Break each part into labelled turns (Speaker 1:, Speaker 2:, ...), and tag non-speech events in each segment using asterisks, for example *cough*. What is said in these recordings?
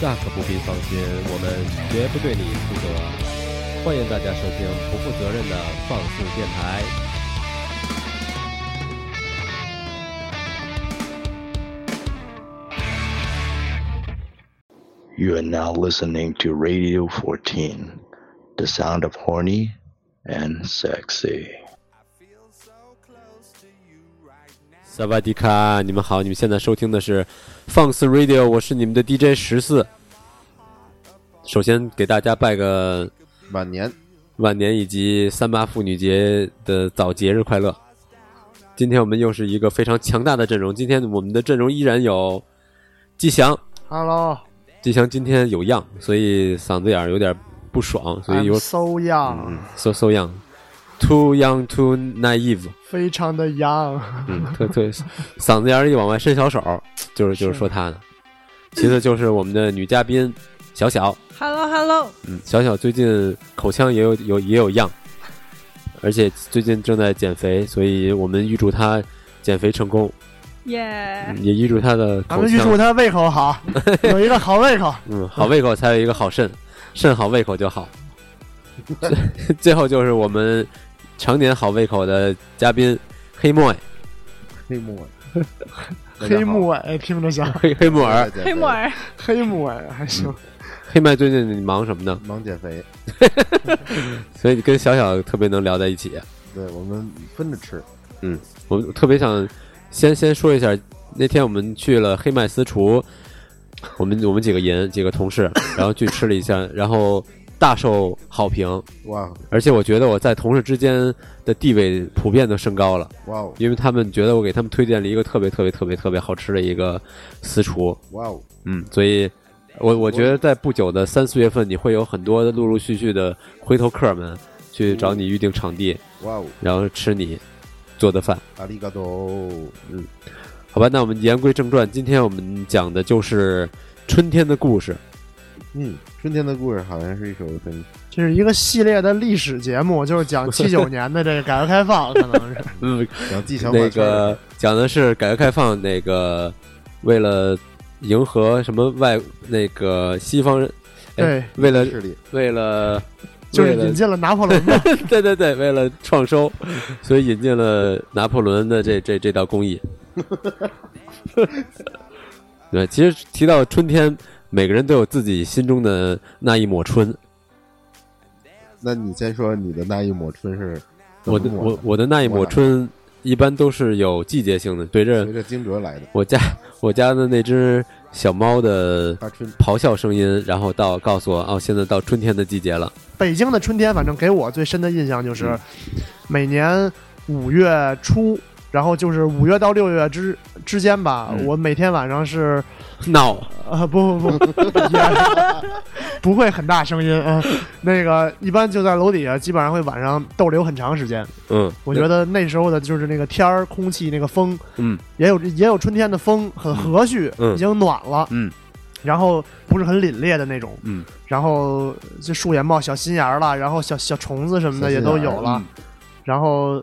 Speaker 1: 那可不必放心，我们绝不对你负责。欢迎大家收听不负责任的放肆电台。
Speaker 2: You are now listening to Radio 14, the sound of horny and sexy.
Speaker 1: 萨瓦迪卡，你们好，你们现在收听的是放肆 Radio，我是你们的 DJ 十四。首先给大家拜个
Speaker 3: 晚年
Speaker 1: 晚年以及三八妇女节的早节日快乐。今天我们又是一个非常强大的阵容，今天我们的阵容依然有吉祥，
Speaker 4: Hello，
Speaker 1: 吉祥今天有恙，所以嗓子眼儿有点不爽，所以
Speaker 4: I'm
Speaker 1: 有嗯
Speaker 4: so young，、
Speaker 1: so so young。Too young, too
Speaker 4: *laughs*
Speaker 1: naive，
Speaker 4: 非常的 young。
Speaker 1: 嗯，特特嗓子眼儿一往外伸小手，就是就是说他呢。其次就是我们的女嘉宾小小，
Speaker 5: h e l l o h e l l o
Speaker 1: 嗯，小小最近口腔也有有也有恙，而且最近正在减肥，所以我们预祝她减肥成功，
Speaker 5: 耶！
Speaker 1: 嗯也预祝她的
Speaker 4: 哎咱
Speaker 1: 口
Speaker 4: 们预
Speaker 1: 腔
Speaker 4: 祝他胃
Speaker 1: *laughs*
Speaker 4: 口好，有一个好胃口。
Speaker 1: 嗯，好胃口才有一个好肾，肾好胃口就好。最 *laughs* 最后就是我们常年好胃口的嘉宾黑莫尔，
Speaker 3: 黑木
Speaker 1: *laughs*
Speaker 3: 耳，
Speaker 4: 黑木耳听着像
Speaker 1: 黑黑木耳，
Speaker 3: 大家好
Speaker 5: 黑木耳，
Speaker 4: 黑木耳还行，
Speaker 1: 嗯黑麦最近你忙什么呢？
Speaker 3: 忙减肥，
Speaker 1: 所以你跟小小特别能聊在一起。
Speaker 3: 对我们分着吃，
Speaker 1: 我特别想先先说一下，那天我们去了黑麦私厨，我们我们几个人几个同事，然后去吃了一下，然后大受好评，
Speaker 3: 哇哦
Speaker 1: 而且我觉得我在同事之间的地位普遍都升高了。
Speaker 3: 哇哦
Speaker 1: 因为他们觉得我给他们推荐了一个特别特别特别特别好吃的一个私厨，
Speaker 3: 哇哦，
Speaker 1: 嗯，所以我我觉得在不久的三四月份，你会有很多陆陆续续的回头客们去找你预定场地，
Speaker 3: 哇哦，
Speaker 1: 然后吃你做的饭，
Speaker 3: 阿里嘎多，
Speaker 1: 好吧？那我们言归正传，今天我们讲的就是春天的故事，
Speaker 3: 嗯，春天的故事好像是一首很
Speaker 4: 这是一个系列的历史节目，就是讲七九年的这个改革开放，可能是
Speaker 1: 嗯，
Speaker 3: 讲吉祥话
Speaker 1: 那
Speaker 3: 圈的
Speaker 1: 个讲的是改革开放那个为了迎合什么外那个西方人， *laughs* 哎
Speaker 4: 对，
Speaker 1: 为了
Speaker 3: 势力，
Speaker 1: 为了。
Speaker 4: 就是
Speaker 1: 为了
Speaker 4: 引进了拿破
Speaker 1: *laughs*
Speaker 4: 仑嘛。
Speaker 1: 对对对，为了创收，所以引进了拿破仑的这这这道工艺。 *laughs* 对，其实提到春天，每个人都有自己心中的那一抹春。
Speaker 3: 那你先说你的那一抹春是怎么
Speaker 1: 我
Speaker 3: 抹
Speaker 1: 的
Speaker 3: 的，
Speaker 1: 我我的那一抹春，一般都是有季节性的，随着
Speaker 3: 随着惊蛰来的
Speaker 1: 我家我家的那只小猫的 *laughs*
Speaker 3: 发春，
Speaker 1: 咆哮声音，然后到告诉我，哦，现在到春天的季节了。
Speaker 4: 北京的春天，反正给我最深的印象
Speaker 1: 嗯
Speaker 4: 就是，每年五月初，然后就是五月到六月之之间吧，
Speaker 1: 嗯
Speaker 4: 我每天晚上是
Speaker 1: 闹、
Speaker 4: 啊，不不不，也不会很大声音
Speaker 1: *laughs*
Speaker 4: 啊。那个一般就在楼底下，基本上会晚上逗留很长时间。
Speaker 1: 嗯，
Speaker 4: 我觉得那时候的就是那个天儿、空气、那个风，
Speaker 1: 嗯，
Speaker 4: 也有也有春天的风，很和煦，
Speaker 1: 嗯
Speaker 4: 已经暖了，
Speaker 1: 嗯，
Speaker 4: 然后不是很凛冽的那种，
Speaker 1: 嗯，
Speaker 4: 然后这树也冒小心眼儿了，然后小小虫子什么的也都有了，
Speaker 1: 嗯
Speaker 4: 然后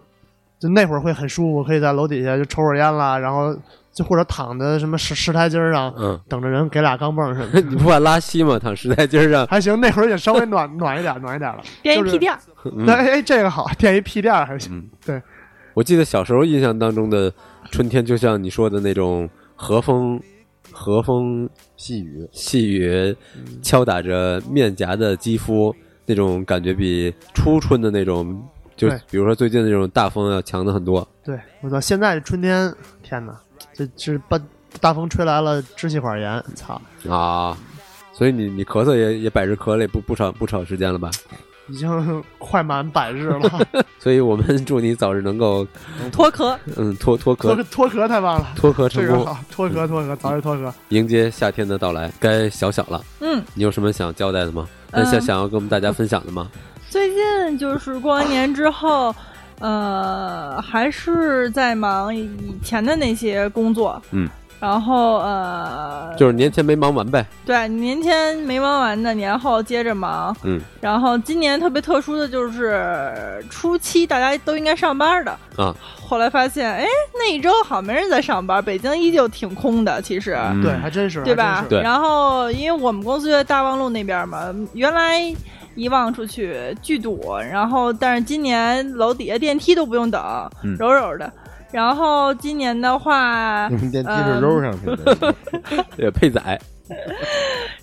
Speaker 4: 就那会儿会很舒服，可以在楼底下就抽会儿烟啦，然后就或者躺在什么石石台阶儿上，
Speaker 1: 嗯， *laughs*
Speaker 4: 等着人给俩钢镚儿什么的。
Speaker 1: 你不怕拉稀吗？躺石台阶上，
Speaker 4: *laughs* 还行，那会儿也稍微暖暖一点，暖一点了。
Speaker 5: 编一
Speaker 4: 就是
Speaker 5: 屁垫儿，
Speaker 1: 嗯
Speaker 4: 那哎，这个好，垫一屁垫儿还行。
Speaker 1: 我记得小时候印象当中的春天，就像你说的那种和风，和风
Speaker 3: 细雨，
Speaker 1: 细雨敲打着面颊的肌肤，那种感觉比初春的那种，就
Speaker 4: 对
Speaker 1: 比如说最近的那种大风要强的很多。
Speaker 4: 对，我操，现在春天，天哪，这这把大风吹来了，支气管炎，操，
Speaker 1: 啊，所以你你咳嗽也也百日咳了也不不少不少时间了吧？
Speaker 4: 已经快满百日
Speaker 1: *laughs*
Speaker 4: 了，
Speaker 1: 所以我们祝你早日能够
Speaker 5: 脱壳，
Speaker 1: 嗯脱脱
Speaker 4: 脱
Speaker 1: 咳
Speaker 4: 脱啊壳太棒了，
Speaker 1: 脱咳 *laughs* 成
Speaker 4: 这个
Speaker 1: 功，
Speaker 4: 好，脱壳脱壳，早日脱壳。
Speaker 1: 迎接夏天的到来。该小小了，
Speaker 5: 嗯，
Speaker 1: 你有什么想交代的吗？那想
Speaker 5: 嗯
Speaker 1: 想要跟我们大家分享的吗？
Speaker 5: 最近就是过完年之后，呃，还是在忙以前的那些工作，
Speaker 1: 嗯，
Speaker 5: 然后呃，
Speaker 1: 就是年前没忙完呗，
Speaker 5: 对，年前没忙完的，年后接着忙。
Speaker 1: 嗯，
Speaker 5: 然后今年特别特殊的就是初期大家都应该上班的，
Speaker 1: 啊，
Speaker 5: 后来发现，哎，那一周好像没人在上班，北京依旧挺空的，其实。
Speaker 1: 嗯
Speaker 4: 对，还真是，
Speaker 5: 对
Speaker 4: 还
Speaker 5: 吧
Speaker 4: 啊真？是
Speaker 1: 对
Speaker 5: 然后因为我们公司就在大望路那边嘛，原来一望出去巨堵，然后但是今年楼底下电梯都不用等，
Speaker 1: 嗯
Speaker 5: 柔柔的。然后今年的话
Speaker 3: 你，们电梯是揉上去的，
Speaker 1: 呃，配仔，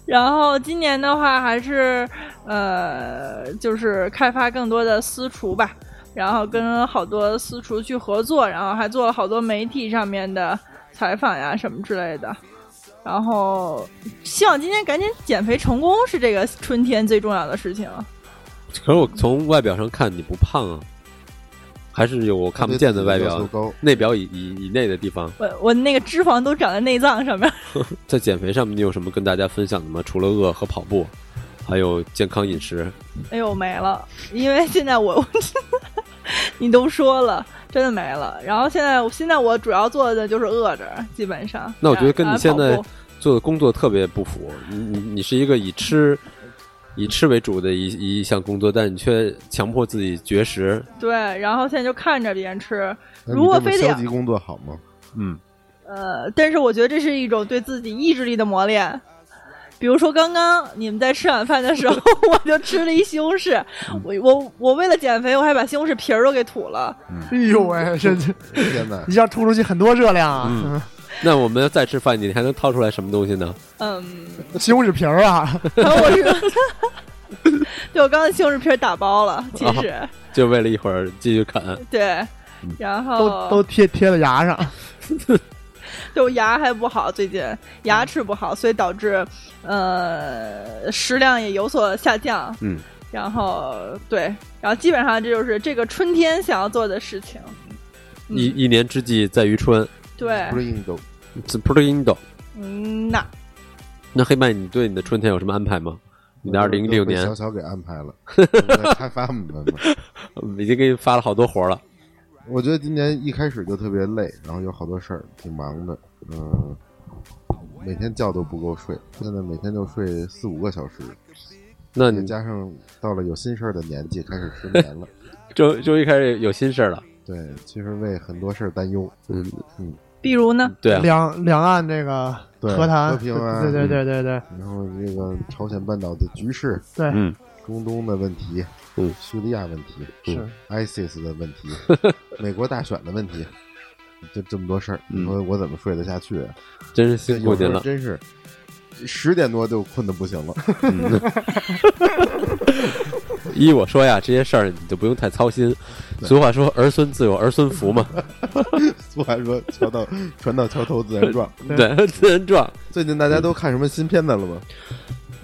Speaker 5: 然后今年的话还是呃，就是开发更多的私厨吧，然后跟好多私厨去合作，然后还做了好多媒体上面的采访呀什么之类的。然后希望今天赶紧减肥成功是这个春天最重要的事情。
Speaker 1: 可是我从外表上看你不胖啊，还是有我看不见的外
Speaker 3: 要求
Speaker 1: 表，
Speaker 3: 高，
Speaker 1: 内表以以以内的地方。
Speaker 5: 我我那个脂肪都长在内脏上面。
Speaker 1: 在减肥上面，你有什么跟大家分享的吗？除了饿和跑步，还有健康饮食。
Speaker 5: 哎呦没了，因为现在我， *laughs* 你都说了，真的没了。然后现在现在我主要做的就是饿着，基本上。
Speaker 1: 那我觉得跟你
Speaker 5: 然后
Speaker 1: 现在
Speaker 5: 跑步
Speaker 1: 做的工作特别不符，你你你是一个以吃以吃为主的一一项工作，但你却强迫自己绝食。
Speaker 5: 对，然后现在就看着别人吃，
Speaker 3: 那
Speaker 5: 如果
Speaker 3: 你这么
Speaker 5: 非得
Speaker 3: 消极工作好
Speaker 5: *laughs*
Speaker 3: 吗？
Speaker 1: 嗯，
Speaker 5: 呃，但是我觉得这是一种对自己意志力的磨练。比如说，刚刚你们在吃晚饭
Speaker 1: *laughs*
Speaker 5: 的时候，我就吃了一西红柿，我我我为了减肥，我还把西红柿皮儿都给吐了。
Speaker 4: 哎呦喂，这
Speaker 1: *laughs*
Speaker 4: 这
Speaker 3: 天哪！
Speaker 4: 一下吐出去很多热量啊！
Speaker 1: 嗯那我们要再吃饭，你还能掏出来什么东西呢？
Speaker 5: 嗯，
Speaker 4: 嗯西红柿皮儿啊，
Speaker 5: 然后我是， *laughs* 对我刚刚西红柿皮儿打包了，其实、
Speaker 1: 就为了一会儿继续啃。
Speaker 5: *laughs* 对，然
Speaker 4: 都
Speaker 5: 后
Speaker 4: 都贴贴在牙上。
Speaker 5: 对我牙还不好，最近牙齿不好，所以导致呃食量也有所下降。
Speaker 1: 嗯，
Speaker 5: 然后对，然后基本上这就是这个春天想要做的事情。嗯
Speaker 1: 一一年之计在于春，
Speaker 5: 对
Speaker 3: 不，是印度，
Speaker 1: 这不是印度。
Speaker 5: 嗯，那
Speaker 1: 那黑麦，你对你的春天有什么安排吗？你的二零一六
Speaker 3: 我就被
Speaker 1: 年
Speaker 3: 小小给安排了， *laughs* 我在开发我们的嘛。
Speaker 1: 嗯已经给你发了好多活儿了。
Speaker 3: 我觉得今年一开始就特别累，然后有好多事儿，挺忙的，嗯，每天觉都不够睡，现在每天就睡四五个小时，
Speaker 1: 那
Speaker 3: 再
Speaker 1: 你
Speaker 3: 加上到了有心事儿的年纪，开始失眠了。
Speaker 1: 周周一开始有心事儿了。
Speaker 3: 对，其实为很多事儿担忧。
Speaker 1: 嗯，
Speaker 5: 比如呢？
Speaker 1: 对啊，
Speaker 4: 两两岸这个
Speaker 3: 对
Speaker 4: 和谈
Speaker 3: 和平啊
Speaker 4: 对对对对对
Speaker 3: 然后这个朝鲜半岛的局势、
Speaker 4: 对
Speaker 1: 嗯，
Speaker 3: 中东的问题、
Speaker 1: 嗯
Speaker 3: 叙利亚问题、
Speaker 4: 是
Speaker 3: ISIS 的问
Speaker 1: *laughs*
Speaker 3: 题、美国大选的问题，就这么多事儿，
Speaker 1: 嗯
Speaker 3: 你说我怎么睡得下去啊？
Speaker 1: 真是
Speaker 3: 这
Speaker 1: 辛苦
Speaker 3: 有时
Speaker 1: 您
Speaker 3: 候
Speaker 1: 了。
Speaker 3: 真是十点多就困得
Speaker 1: *laughs*
Speaker 3: 不行了。
Speaker 1: 依我说呀，这些事儿你就不用太操心。俗话说，儿孙自有儿孙
Speaker 3: *laughs*
Speaker 1: 福嘛。
Speaker 3: 俗话说“桥到船到桥头自然
Speaker 1: *laughs*
Speaker 3: 撞
Speaker 1: 对，自然壮。”。
Speaker 3: 最近大家都看什么新片子了吗？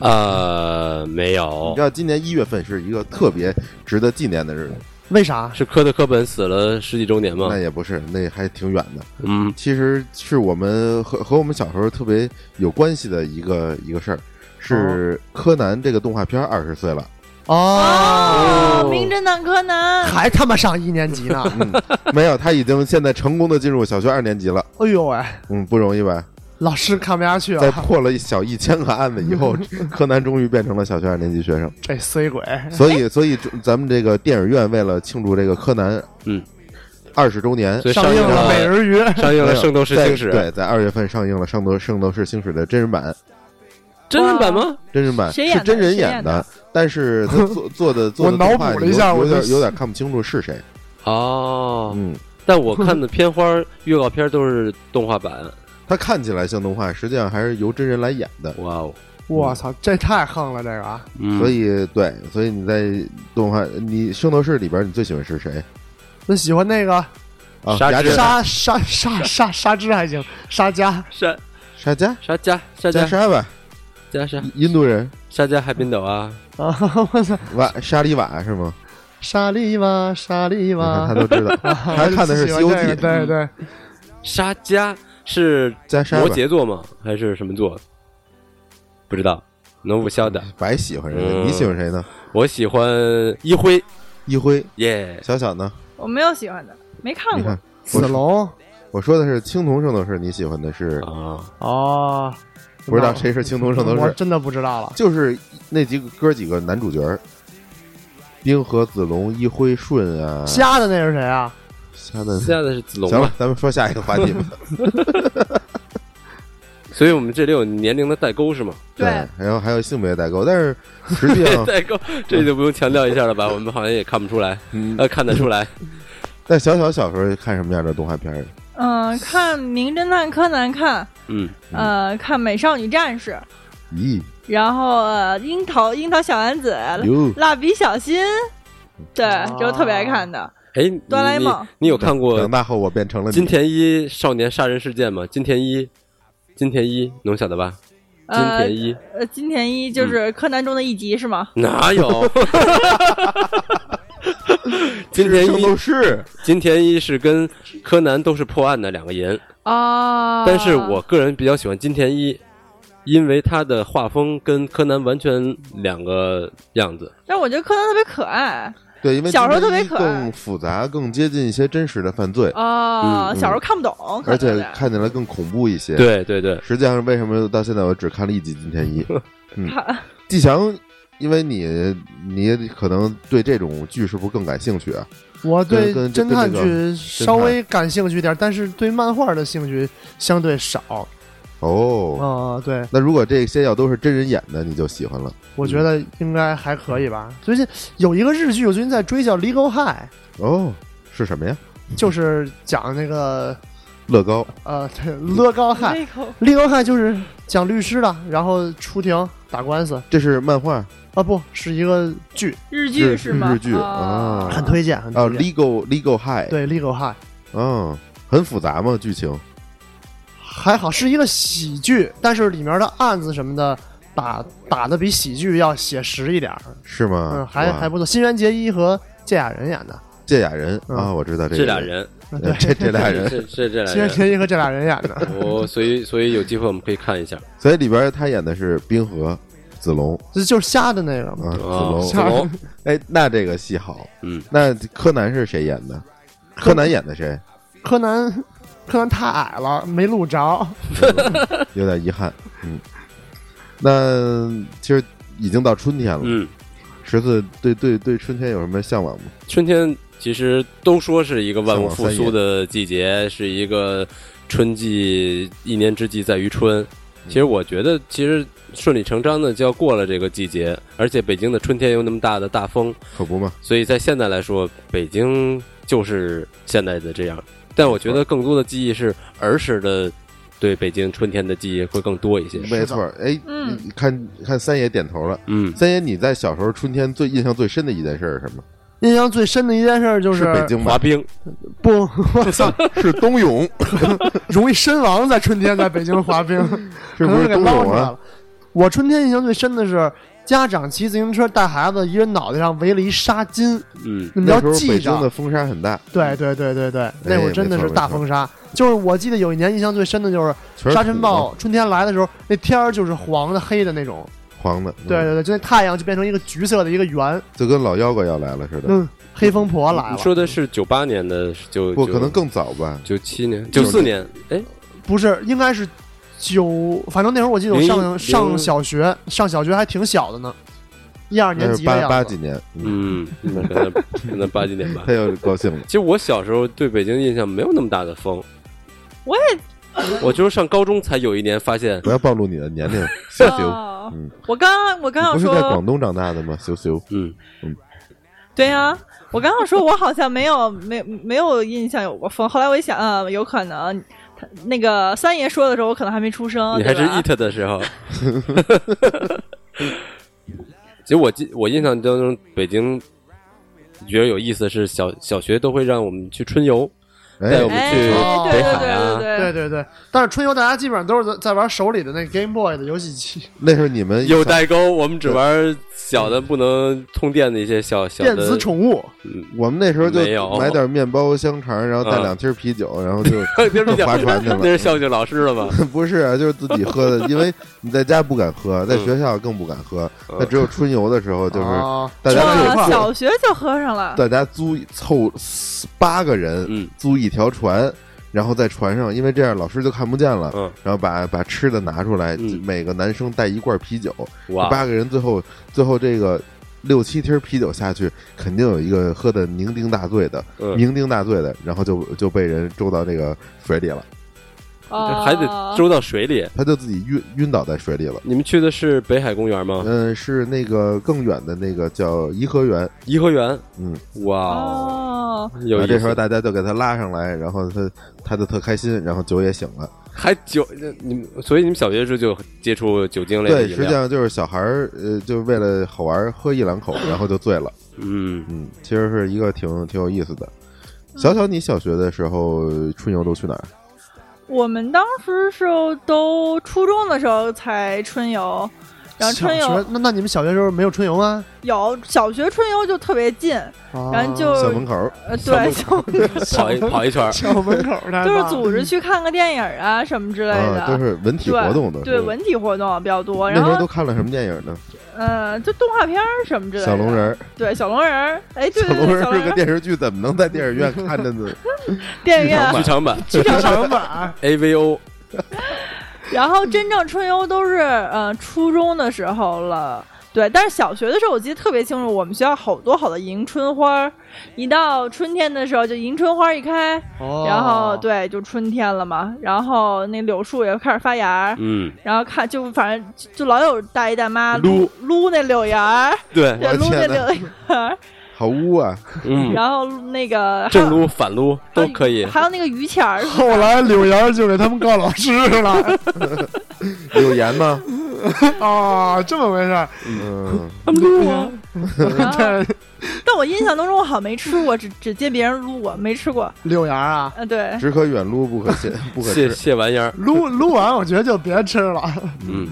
Speaker 1: 呃，没
Speaker 3: 你
Speaker 1: 有
Speaker 3: 知，道今年一月份是一个特别值得纪念的日子，
Speaker 4: 为啥？
Speaker 1: 是科特·科本死了十几周年吗
Speaker 3: 那？也不是，那还挺远的。
Speaker 1: 嗯，
Speaker 3: 其实是我们和和我们小时候特别有关系的一个一个事儿，是柯南这个动画片二十岁了，
Speaker 1: 嗯
Speaker 5: 哦，名侦探
Speaker 3: *laughs*
Speaker 5: 柯南，
Speaker 4: 还他妈上一年级呢！
Speaker 3: 嗯
Speaker 5: *laughs*
Speaker 3: 没有，他已经现在成功的进入小学二年级了，
Speaker 4: 哎呦喂，
Speaker 3: 嗯，不容易吧？
Speaker 4: 老师看不下
Speaker 5: 啊
Speaker 4: 去
Speaker 3: 在
Speaker 4: 了，
Speaker 3: 破了小一千个案子以后，柯南终于变成了小学二年级学生，
Speaker 4: 这衰鬼
Speaker 5: 哎
Speaker 3: 所以所以咱们这个电影院为了庆祝这个柯南，
Speaker 1: 嗯，
Speaker 3: 二十周年
Speaker 1: 所以
Speaker 4: 上映了《美人鱼》， *laughs*
Speaker 1: 上映了
Speaker 3: 没
Speaker 1: 《
Speaker 3: 有
Speaker 1: 圣斗士
Speaker 3: 在
Speaker 1: 星矢》
Speaker 3: 对，在二月份上映了《圣斗圣斗士星矢》的真人版，
Speaker 1: 真人版吗？
Speaker 3: 真人版
Speaker 5: 谁演的
Speaker 3: 是真人
Speaker 5: 谁
Speaker 3: 演
Speaker 5: 演的
Speaker 3: 的，但是他做做的做的
Speaker 4: *laughs* 我脑
Speaker 3: 动画
Speaker 4: 补了一下
Speaker 3: 有
Speaker 4: 我
Speaker 3: 有
Speaker 4: 就
Speaker 3: 点有点看不清楚是谁。
Speaker 1: 哦，
Speaker 3: 嗯，
Speaker 1: 但我看的片花、预告片都是动画版。
Speaker 3: 他看起来像动画，实际上还是由真人来演的。
Speaker 1: 哇哦，
Speaker 3: *laughs*
Speaker 4: 我操，这太横了，这个啊！
Speaker 1: 嗯
Speaker 3: 所以对，所以你在动画你《圣斗士》里边，你最喜欢是谁
Speaker 4: 我喜欢那个
Speaker 3: 啊？
Speaker 1: 沙
Speaker 3: 雅
Speaker 1: 之
Speaker 3: 典
Speaker 4: 沙沙沙沙沙之还行，沙加
Speaker 1: 沙
Speaker 3: 沙加
Speaker 1: 沙加沙
Speaker 3: 加
Speaker 1: 加
Speaker 3: 沙吧，
Speaker 1: 加沙
Speaker 3: 印度人
Speaker 1: 沙加海滨岛啊，
Speaker 4: 啊！ *laughs* 我操，
Speaker 3: 瓦沙里瓦是吗？
Speaker 4: 沙利瓦沙利
Speaker 3: 你看
Speaker 4: 瓦
Speaker 3: 他，都知道，
Speaker 1: *laughs*
Speaker 3: *laughs* 他看的是《西游记
Speaker 4: 喜欢这个》对
Speaker 3: *laughs*
Speaker 4: 对，
Speaker 1: 沙加是
Speaker 3: 加沙
Speaker 1: 摩
Speaker 3: 吧，
Speaker 1: 羯座吗？还是什么座？不知道，能不晓得。
Speaker 3: 白喜欢人
Speaker 1: 嗯
Speaker 3: 家，你喜欢谁呢？
Speaker 1: 我喜欢一辉，
Speaker 3: 一辉，
Speaker 1: 耶、
Speaker 3: 小小呢？
Speaker 5: 我没有喜欢的，没看
Speaker 3: 你
Speaker 5: 过
Speaker 3: 看。
Speaker 4: 子龙
Speaker 3: 我说的是青铜圣斗士，你喜欢的是
Speaker 1: 啊，
Speaker 4: 哦，
Speaker 3: 不知道谁是啊青铜圣斗
Speaker 4: 我
Speaker 3: 士？
Speaker 4: 真的不知道了。
Speaker 3: 就是那几个哥几个男主角儿，冰河、子龙、一辉、顺啊，
Speaker 4: 瞎的那是谁啊？
Speaker 3: 瞎的。
Speaker 1: 现在的是子龙
Speaker 3: 行
Speaker 1: 吧
Speaker 3: 了？，咱们说下一个话题
Speaker 5: *laughs*
Speaker 3: 吧。
Speaker 1: 所以我们这里有年龄的代沟是吗？
Speaker 5: 对
Speaker 3: 然后还有性别代沟，但是实际
Speaker 5: *laughs*
Speaker 3: 上，
Speaker 1: 代沟这就不用强调一下了吧？我们好像也看不出来，
Speaker 3: 嗯
Speaker 1: 呃，看得出来。
Speaker 3: 但小小小时候看什么样的动画片儿？
Speaker 5: 嗯、看《名侦探柯南》看，
Speaker 1: 嗯，
Speaker 5: 呃，看《美少女战士》，
Speaker 3: 咦，
Speaker 5: 然后呃，樱桃樱桃小丸子、
Speaker 3: 哟，嗯
Speaker 5: 蜡笔小新，对，这我特别爱看的。
Speaker 1: 哎，你
Speaker 5: 哆啦 A
Speaker 1: 你
Speaker 5: 梦
Speaker 1: 你有看过
Speaker 3: 长大后我变成了
Speaker 1: 金
Speaker 3: 你。
Speaker 1: 田一少年杀人事件吗？金田一，金田一能晓得吧？
Speaker 3: 啊
Speaker 1: 金
Speaker 5: 呃
Speaker 1: 田一
Speaker 5: 呃，金田一
Speaker 3: 嗯
Speaker 5: 就是柯南中的一集是吗？
Speaker 1: 哪
Speaker 3: *laughs*
Speaker 1: 有？金田
Speaker 3: 圣
Speaker 1: 一
Speaker 3: 斗，士，
Speaker 1: 金田一是跟柯南都是破案的两个人，
Speaker 5: 啊，
Speaker 1: 但是我个人比较喜欢金田一，因为他的画风跟柯南完全两个样子。
Speaker 5: 但我觉得柯南特别可爱
Speaker 3: 对，因为
Speaker 5: 小时候特别
Speaker 3: 金田一
Speaker 5: 可爱
Speaker 3: 更复杂，更接近一些真实的犯罪，
Speaker 5: 啊，
Speaker 1: 嗯
Speaker 5: 小时候看不懂，可
Speaker 3: 而
Speaker 5: 能
Speaker 3: 且
Speaker 5: 是
Speaker 3: 看起来更恐怖一些。，
Speaker 1: 对对对，
Speaker 3: 实际上为什么到现在我只看了一集金田一？嗯
Speaker 5: 看
Speaker 3: 季翔，因为你你可能对这种剧是不是更感兴趣啊？
Speaker 4: 我对
Speaker 3: 跟跟
Speaker 4: 侦探
Speaker 3: 跟那
Speaker 4: 剧稍微感兴趣点，但是对漫画的兴趣相对少。
Speaker 3: 哦，
Speaker 4: 嗯，对，
Speaker 3: 那如果这些要都是真人演的，你就喜欢了。
Speaker 4: 我觉得应该还可以吧。最近有一个日剧，我最近在追，叫《Legal High
Speaker 3: 哦，是什么呀？》，
Speaker 4: 就是讲那个
Speaker 3: 乐高。
Speaker 4: 呃 *laughs* 对乐高汉。
Speaker 5: 胃口
Speaker 4: 乐高汉就是讲律师的，然后出庭打官司
Speaker 3: 这是漫画
Speaker 4: 啊，不是一个剧，
Speaker 5: 日
Speaker 3: 日
Speaker 5: 剧是吗？
Speaker 3: 日剧啊
Speaker 4: 很推荐，很
Speaker 3: 啊
Speaker 4: 推荐。
Speaker 3: ，Legal Legal High，，
Speaker 4: 对《Legal High》
Speaker 3: 嗯，很复杂吗？剧情？
Speaker 4: 还好是一个喜剧，但是里面的案子什么的打打的比喜剧要写实一点儿，
Speaker 3: 是吗？
Speaker 4: 嗯，还
Speaker 3: 啊哇
Speaker 4: 还不错。新垣结衣和芥雅人演的，
Speaker 3: 这俩人
Speaker 4: 嗯
Speaker 3: 啊，我知道这
Speaker 1: 这
Speaker 3: 个
Speaker 1: 俩，人，
Speaker 3: 呃
Speaker 4: 嗯对，
Speaker 3: 这这俩
Speaker 1: *laughs*
Speaker 3: 人，
Speaker 1: 是是
Speaker 3: *laughs*
Speaker 1: 这俩
Speaker 4: 新垣
Speaker 1: 人。
Speaker 4: 结衣和这俩人演的。
Speaker 1: 我所以所以有机会我们可以看一
Speaker 3: *laughs*
Speaker 1: 下。
Speaker 3: 所以里边他演的是冰河、子龙
Speaker 4: 这 *laughs* 就是瞎的那个嘛。
Speaker 3: 啊，子
Speaker 1: 啊，
Speaker 3: 龙
Speaker 1: 子。
Speaker 3: *laughs*
Speaker 1: 龙，
Speaker 3: 哎，那这个戏好。
Speaker 1: 嗯，
Speaker 3: 那柯南是谁演的？柯南演的谁？
Speaker 4: 柯南，柯南太矮了，没录着。
Speaker 3: 有点遗憾。嗯，那其实已经到春天了，
Speaker 1: 嗯，
Speaker 3: 十四对对对春天有什么向往吗？
Speaker 1: 春天其实都说是一个万物复苏的季节，是一个春季，一年之计在于春。其实我觉得，其实顺理成章的就要过了这个季节，而且北京的春天有那么大的大风，
Speaker 3: 可不嘛，
Speaker 1: 所以在现在来说，北京就是现在的这样。但我觉得更多的记忆是儿时的，对北京春天的记忆会更多一些。
Speaker 3: 没错。哎，
Speaker 5: 嗯
Speaker 3: 你看看三爷点头了。
Speaker 1: 嗯，
Speaker 3: 三爷，你在小时候春天最印象最深的一件事是什么？
Speaker 4: 印象最深的一件事就是是
Speaker 3: 北京
Speaker 1: 滑
Speaker 3: 吗？
Speaker 1: 冰，
Speaker 4: 不
Speaker 3: 是冬泳，
Speaker 4: 容易身亡，在春天在北京
Speaker 3: *laughs*
Speaker 4: 滑冰，
Speaker 3: 是不
Speaker 4: 可
Speaker 3: *laughs* 是
Speaker 4: 能是给
Speaker 3: 冬
Speaker 4: 捞
Speaker 3: 泳
Speaker 4: 出来
Speaker 3: 啊？
Speaker 4: 了。我春天印象最深的是家长骑自行车带孩子，一人脑袋上围了一纱巾，
Speaker 1: 嗯，
Speaker 4: 你们
Speaker 3: 那
Speaker 4: 要
Speaker 3: 时候
Speaker 4: 记
Speaker 3: 北京的
Speaker 4: 着。
Speaker 3: 风沙很大，
Speaker 4: 对对对对对，那会儿真的
Speaker 3: 没
Speaker 4: 是
Speaker 3: 错
Speaker 4: 大风沙。就是我记得有一年印象最深的就是
Speaker 3: 全是
Speaker 4: 沙尘
Speaker 3: 土
Speaker 4: 暴，春天来的时候，那天儿就是黄的、黑的那种。
Speaker 3: 黄的，嗯
Speaker 4: 对对对，就那太阳就变成一个橘色的一个圆，
Speaker 3: 就跟老妖怪要来了似的。
Speaker 4: 嗯，黑风婆来了
Speaker 1: 你。说的是九八年的九，
Speaker 3: 不
Speaker 1: 九
Speaker 3: 可能更早吧？
Speaker 1: 九七年、九四年，哎，
Speaker 4: 不是，应该是九，反正那会儿我记得我
Speaker 1: 零
Speaker 4: 上
Speaker 1: 一
Speaker 4: 上
Speaker 1: 零
Speaker 4: 小学，上小学还挺小的呢，一二
Speaker 3: 那
Speaker 4: 年
Speaker 3: 是
Speaker 4: 级的
Speaker 3: 八
Speaker 4: 样
Speaker 3: 八
Speaker 4: 子
Speaker 3: 几。年，嗯，
Speaker 1: 嗯，那可能可能八几年吧
Speaker 3: 他。又高兴了。
Speaker 1: 其实我小时候对北京印象没有那么大的风，
Speaker 5: 我
Speaker 1: 也，我就是上高中才有一年发现，
Speaker 3: 不要暴露你的年
Speaker 4: *laughs*
Speaker 3: 龄，羞羞。
Speaker 5: 哦
Speaker 3: 嗯
Speaker 5: 我刚我刚
Speaker 3: 你
Speaker 5: 要
Speaker 3: 不是在
Speaker 5: 说
Speaker 3: 广，东长大的吗？羞羞。
Speaker 1: 嗯，
Speaker 5: 对呀、我刚刚说我好像没有没没有印象有过风，后来我一想，呃，有可能他那个三爷说的时候，我可能还没出生，
Speaker 1: 你还是
Speaker 5: 哦对吧
Speaker 1: it 的
Speaker 5: *laughs*
Speaker 1: 时候。其实我记我印象当中，北京觉得有意思的是小小学都会让我们去春游，带我
Speaker 3: 哎，
Speaker 1: 们
Speaker 5: 哎，
Speaker 1: 去
Speaker 4: 哦
Speaker 5: 对
Speaker 1: 北
Speaker 5: 对
Speaker 1: 海啊，
Speaker 5: 对
Speaker 4: 对
Speaker 5: 对
Speaker 4: 对对，但是春游大家基本上都是在在玩手里的那 Game Boy 的游戏 *laughs* 机，
Speaker 3: 那是你们
Speaker 1: 有代沟，我们只玩小的不能通电的一些小小
Speaker 4: 电
Speaker 1: 的
Speaker 4: 子宠物。
Speaker 3: 我们那时候就
Speaker 1: 没有
Speaker 3: 买点面包、香肠，然后带
Speaker 1: 啊
Speaker 3: 两听啤酒，然后
Speaker 1: *laughs*
Speaker 3: 就
Speaker 1: 就是比较 *laughs*
Speaker 3: 划船去了 *laughs*
Speaker 1: 那是孝敬老师了吧？
Speaker 3: 不是啊，就是自己喝的，因为你在家不敢喝，在学校更不敢喝，
Speaker 1: 嗯哦
Speaker 3: 那只有春游的时候就是
Speaker 4: 啊
Speaker 3: 大家
Speaker 4: 春
Speaker 3: 就
Speaker 4: 游
Speaker 5: 哇，
Speaker 4: 有
Speaker 5: 小学就喝上了，
Speaker 3: 大家租凑四八个人
Speaker 1: 嗯
Speaker 3: 租一条船，然后在船上，因为这样老师就看不见了，
Speaker 1: 嗯
Speaker 3: 然后把把吃的拿出来，
Speaker 1: 嗯
Speaker 3: 每个男生带一罐啤酒，
Speaker 1: 哇，
Speaker 4: *laughs*
Speaker 3: 八个人最后最后这个六七听啤酒下去，肯定有一个喝的酩酊大醉的，
Speaker 1: 嗯
Speaker 3: 酩酊大醉的，然后就就被人周到这个水里了，
Speaker 5: 啊，
Speaker 1: 还得周到水里。
Speaker 3: 他就自己晕晕倒在水里了。
Speaker 1: 你们去的是北海公园吗？
Speaker 3: 嗯，是那个更远的那个叫颐和园，
Speaker 1: 颐和园。
Speaker 3: 嗯，
Speaker 1: 哇，
Speaker 5: 哦，
Speaker 1: 有
Speaker 3: 然
Speaker 1: 意
Speaker 3: 后这时候
Speaker 1: 思。
Speaker 3: 大家就给他拉上来，然后他他就特开心，然后酒也醒了。
Speaker 1: 还酒，你们所以你们小学的时候就接触酒精类的
Speaker 3: 对，
Speaker 1: 饮
Speaker 3: 实际
Speaker 1: 料。
Speaker 3: 上就是小孩儿，呃，就为了好玩儿喝一两口，然后就醉了。
Speaker 5: *laughs*
Speaker 1: 嗯，
Speaker 3: 嗯，其实是一个挺挺有意思的。小小，你小学的时候春游都去哪儿？
Speaker 5: 我们当时是都初中的时候才春游，然后春
Speaker 4: 小
Speaker 5: 游
Speaker 4: 学那那你们小学时候没有春游吗？
Speaker 5: 有小学春游就特别近，
Speaker 4: 啊
Speaker 5: 然后就
Speaker 3: 校门口儿，
Speaker 5: 呃对，就
Speaker 4: *laughs*
Speaker 1: 跑一跑一圈儿，
Speaker 4: 校门口的，
Speaker 5: 就是组织去看个电影啊什么之类
Speaker 3: 啊，都
Speaker 5: 的。
Speaker 3: 是文体活动的。
Speaker 5: 对
Speaker 3: 是吧
Speaker 5: 文体活动比较多，
Speaker 3: 那时
Speaker 5: 然
Speaker 3: 候
Speaker 5: 后
Speaker 3: 都看了什么电影呢？
Speaker 5: 呃，就动画片儿什么之类的。
Speaker 3: 小龙人儿，
Speaker 5: 对小龙人儿，哎，对
Speaker 3: 小
Speaker 5: 对
Speaker 3: 龙
Speaker 5: 对，
Speaker 3: 人
Speaker 5: 小
Speaker 3: 儿
Speaker 5: 龙
Speaker 3: 是
Speaker 5: 人
Speaker 3: 个
Speaker 5: 儿
Speaker 3: 电视剧，怎么能在电影院看着呢？
Speaker 5: 电影院
Speaker 1: 剧场版
Speaker 4: 剧场版
Speaker 1: AVO。
Speaker 5: 然后真正春游都是呃初中的时候了。对，但是小学的时候我记得特别清楚，我们学校好多好多迎春花儿，一到春天的时候就迎春花儿一开，
Speaker 4: *laughs* 哦
Speaker 5: 然后，对就春天了嘛，然后那柳树也开始发芽儿，
Speaker 1: 嗯，
Speaker 5: 然后看就反正就就老有大爷大妈
Speaker 1: 撸
Speaker 5: 撸那柳芽儿，
Speaker 1: 对，
Speaker 5: 对
Speaker 3: 我的
Speaker 5: 撸那
Speaker 3: 天
Speaker 5: 柳
Speaker 3: 哪
Speaker 5: 芽儿，
Speaker 3: 好污啊！
Speaker 1: 嗯，
Speaker 5: 然后那个还有
Speaker 1: 正撸反撸都可以。
Speaker 5: 还有那个榆钱儿，
Speaker 4: 后来柳岩就给他们告老师 *laughs* 了
Speaker 3: 有盐吗？
Speaker 4: 啊，这么回事儿。
Speaker 1: *laughs*
Speaker 3: 嗯， *laughs*
Speaker 5: 然后
Speaker 4: 这
Speaker 5: 啊但我印象当中我好像没吃过，只只见别人撸过，没吃过。
Speaker 4: 柳岩啊，
Speaker 5: 嗯，对，
Speaker 3: 只可远路不可亵不可
Speaker 1: 谢
Speaker 3: 亵。
Speaker 1: 谢完烟儿，
Speaker 4: 撸撸完我觉得就别吃了
Speaker 1: 嗯，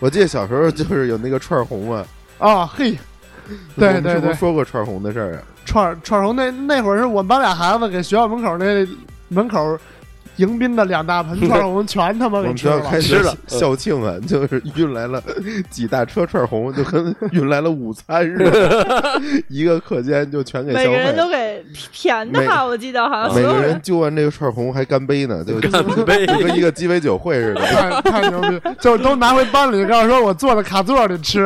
Speaker 3: 我记得小时候就是有那个串红啊，
Speaker 4: 啊，嘿。
Speaker 3: 我
Speaker 4: 对
Speaker 3: 们
Speaker 4: 对
Speaker 3: 是不
Speaker 4: 对
Speaker 3: 是，说过串红的事儿啊？
Speaker 4: 串串红那那会儿是我们班俩孩子给学校门口那门口迎宾的两大盆
Speaker 3: *laughs*
Speaker 4: 串红全他妈
Speaker 5: 哦
Speaker 3: 我
Speaker 4: 给
Speaker 3: 们
Speaker 4: 吃
Speaker 3: 学校
Speaker 4: 了，
Speaker 3: 开
Speaker 1: 吃
Speaker 3: 学
Speaker 1: 了嗯
Speaker 3: *laughs* 校庆啊，就是运来了几大车串红，就
Speaker 1: *laughs*
Speaker 3: 跟运来了午餐似的，一个课间就全给消
Speaker 5: 每个人都
Speaker 3: 费。
Speaker 5: 给填的
Speaker 3: 每
Speaker 5: 吧，我记得好像所
Speaker 3: 每
Speaker 5: 有
Speaker 3: 个人揪完这个串红还干杯呢，就 *laughs* 就
Speaker 1: 干杯！ *laughs*
Speaker 3: 跟一个鸡尾酒会似的。
Speaker 4: 太太牛逼，就都拿回班里，告诉说我坐在卡座里
Speaker 3: *laughs*
Speaker 4: 吃，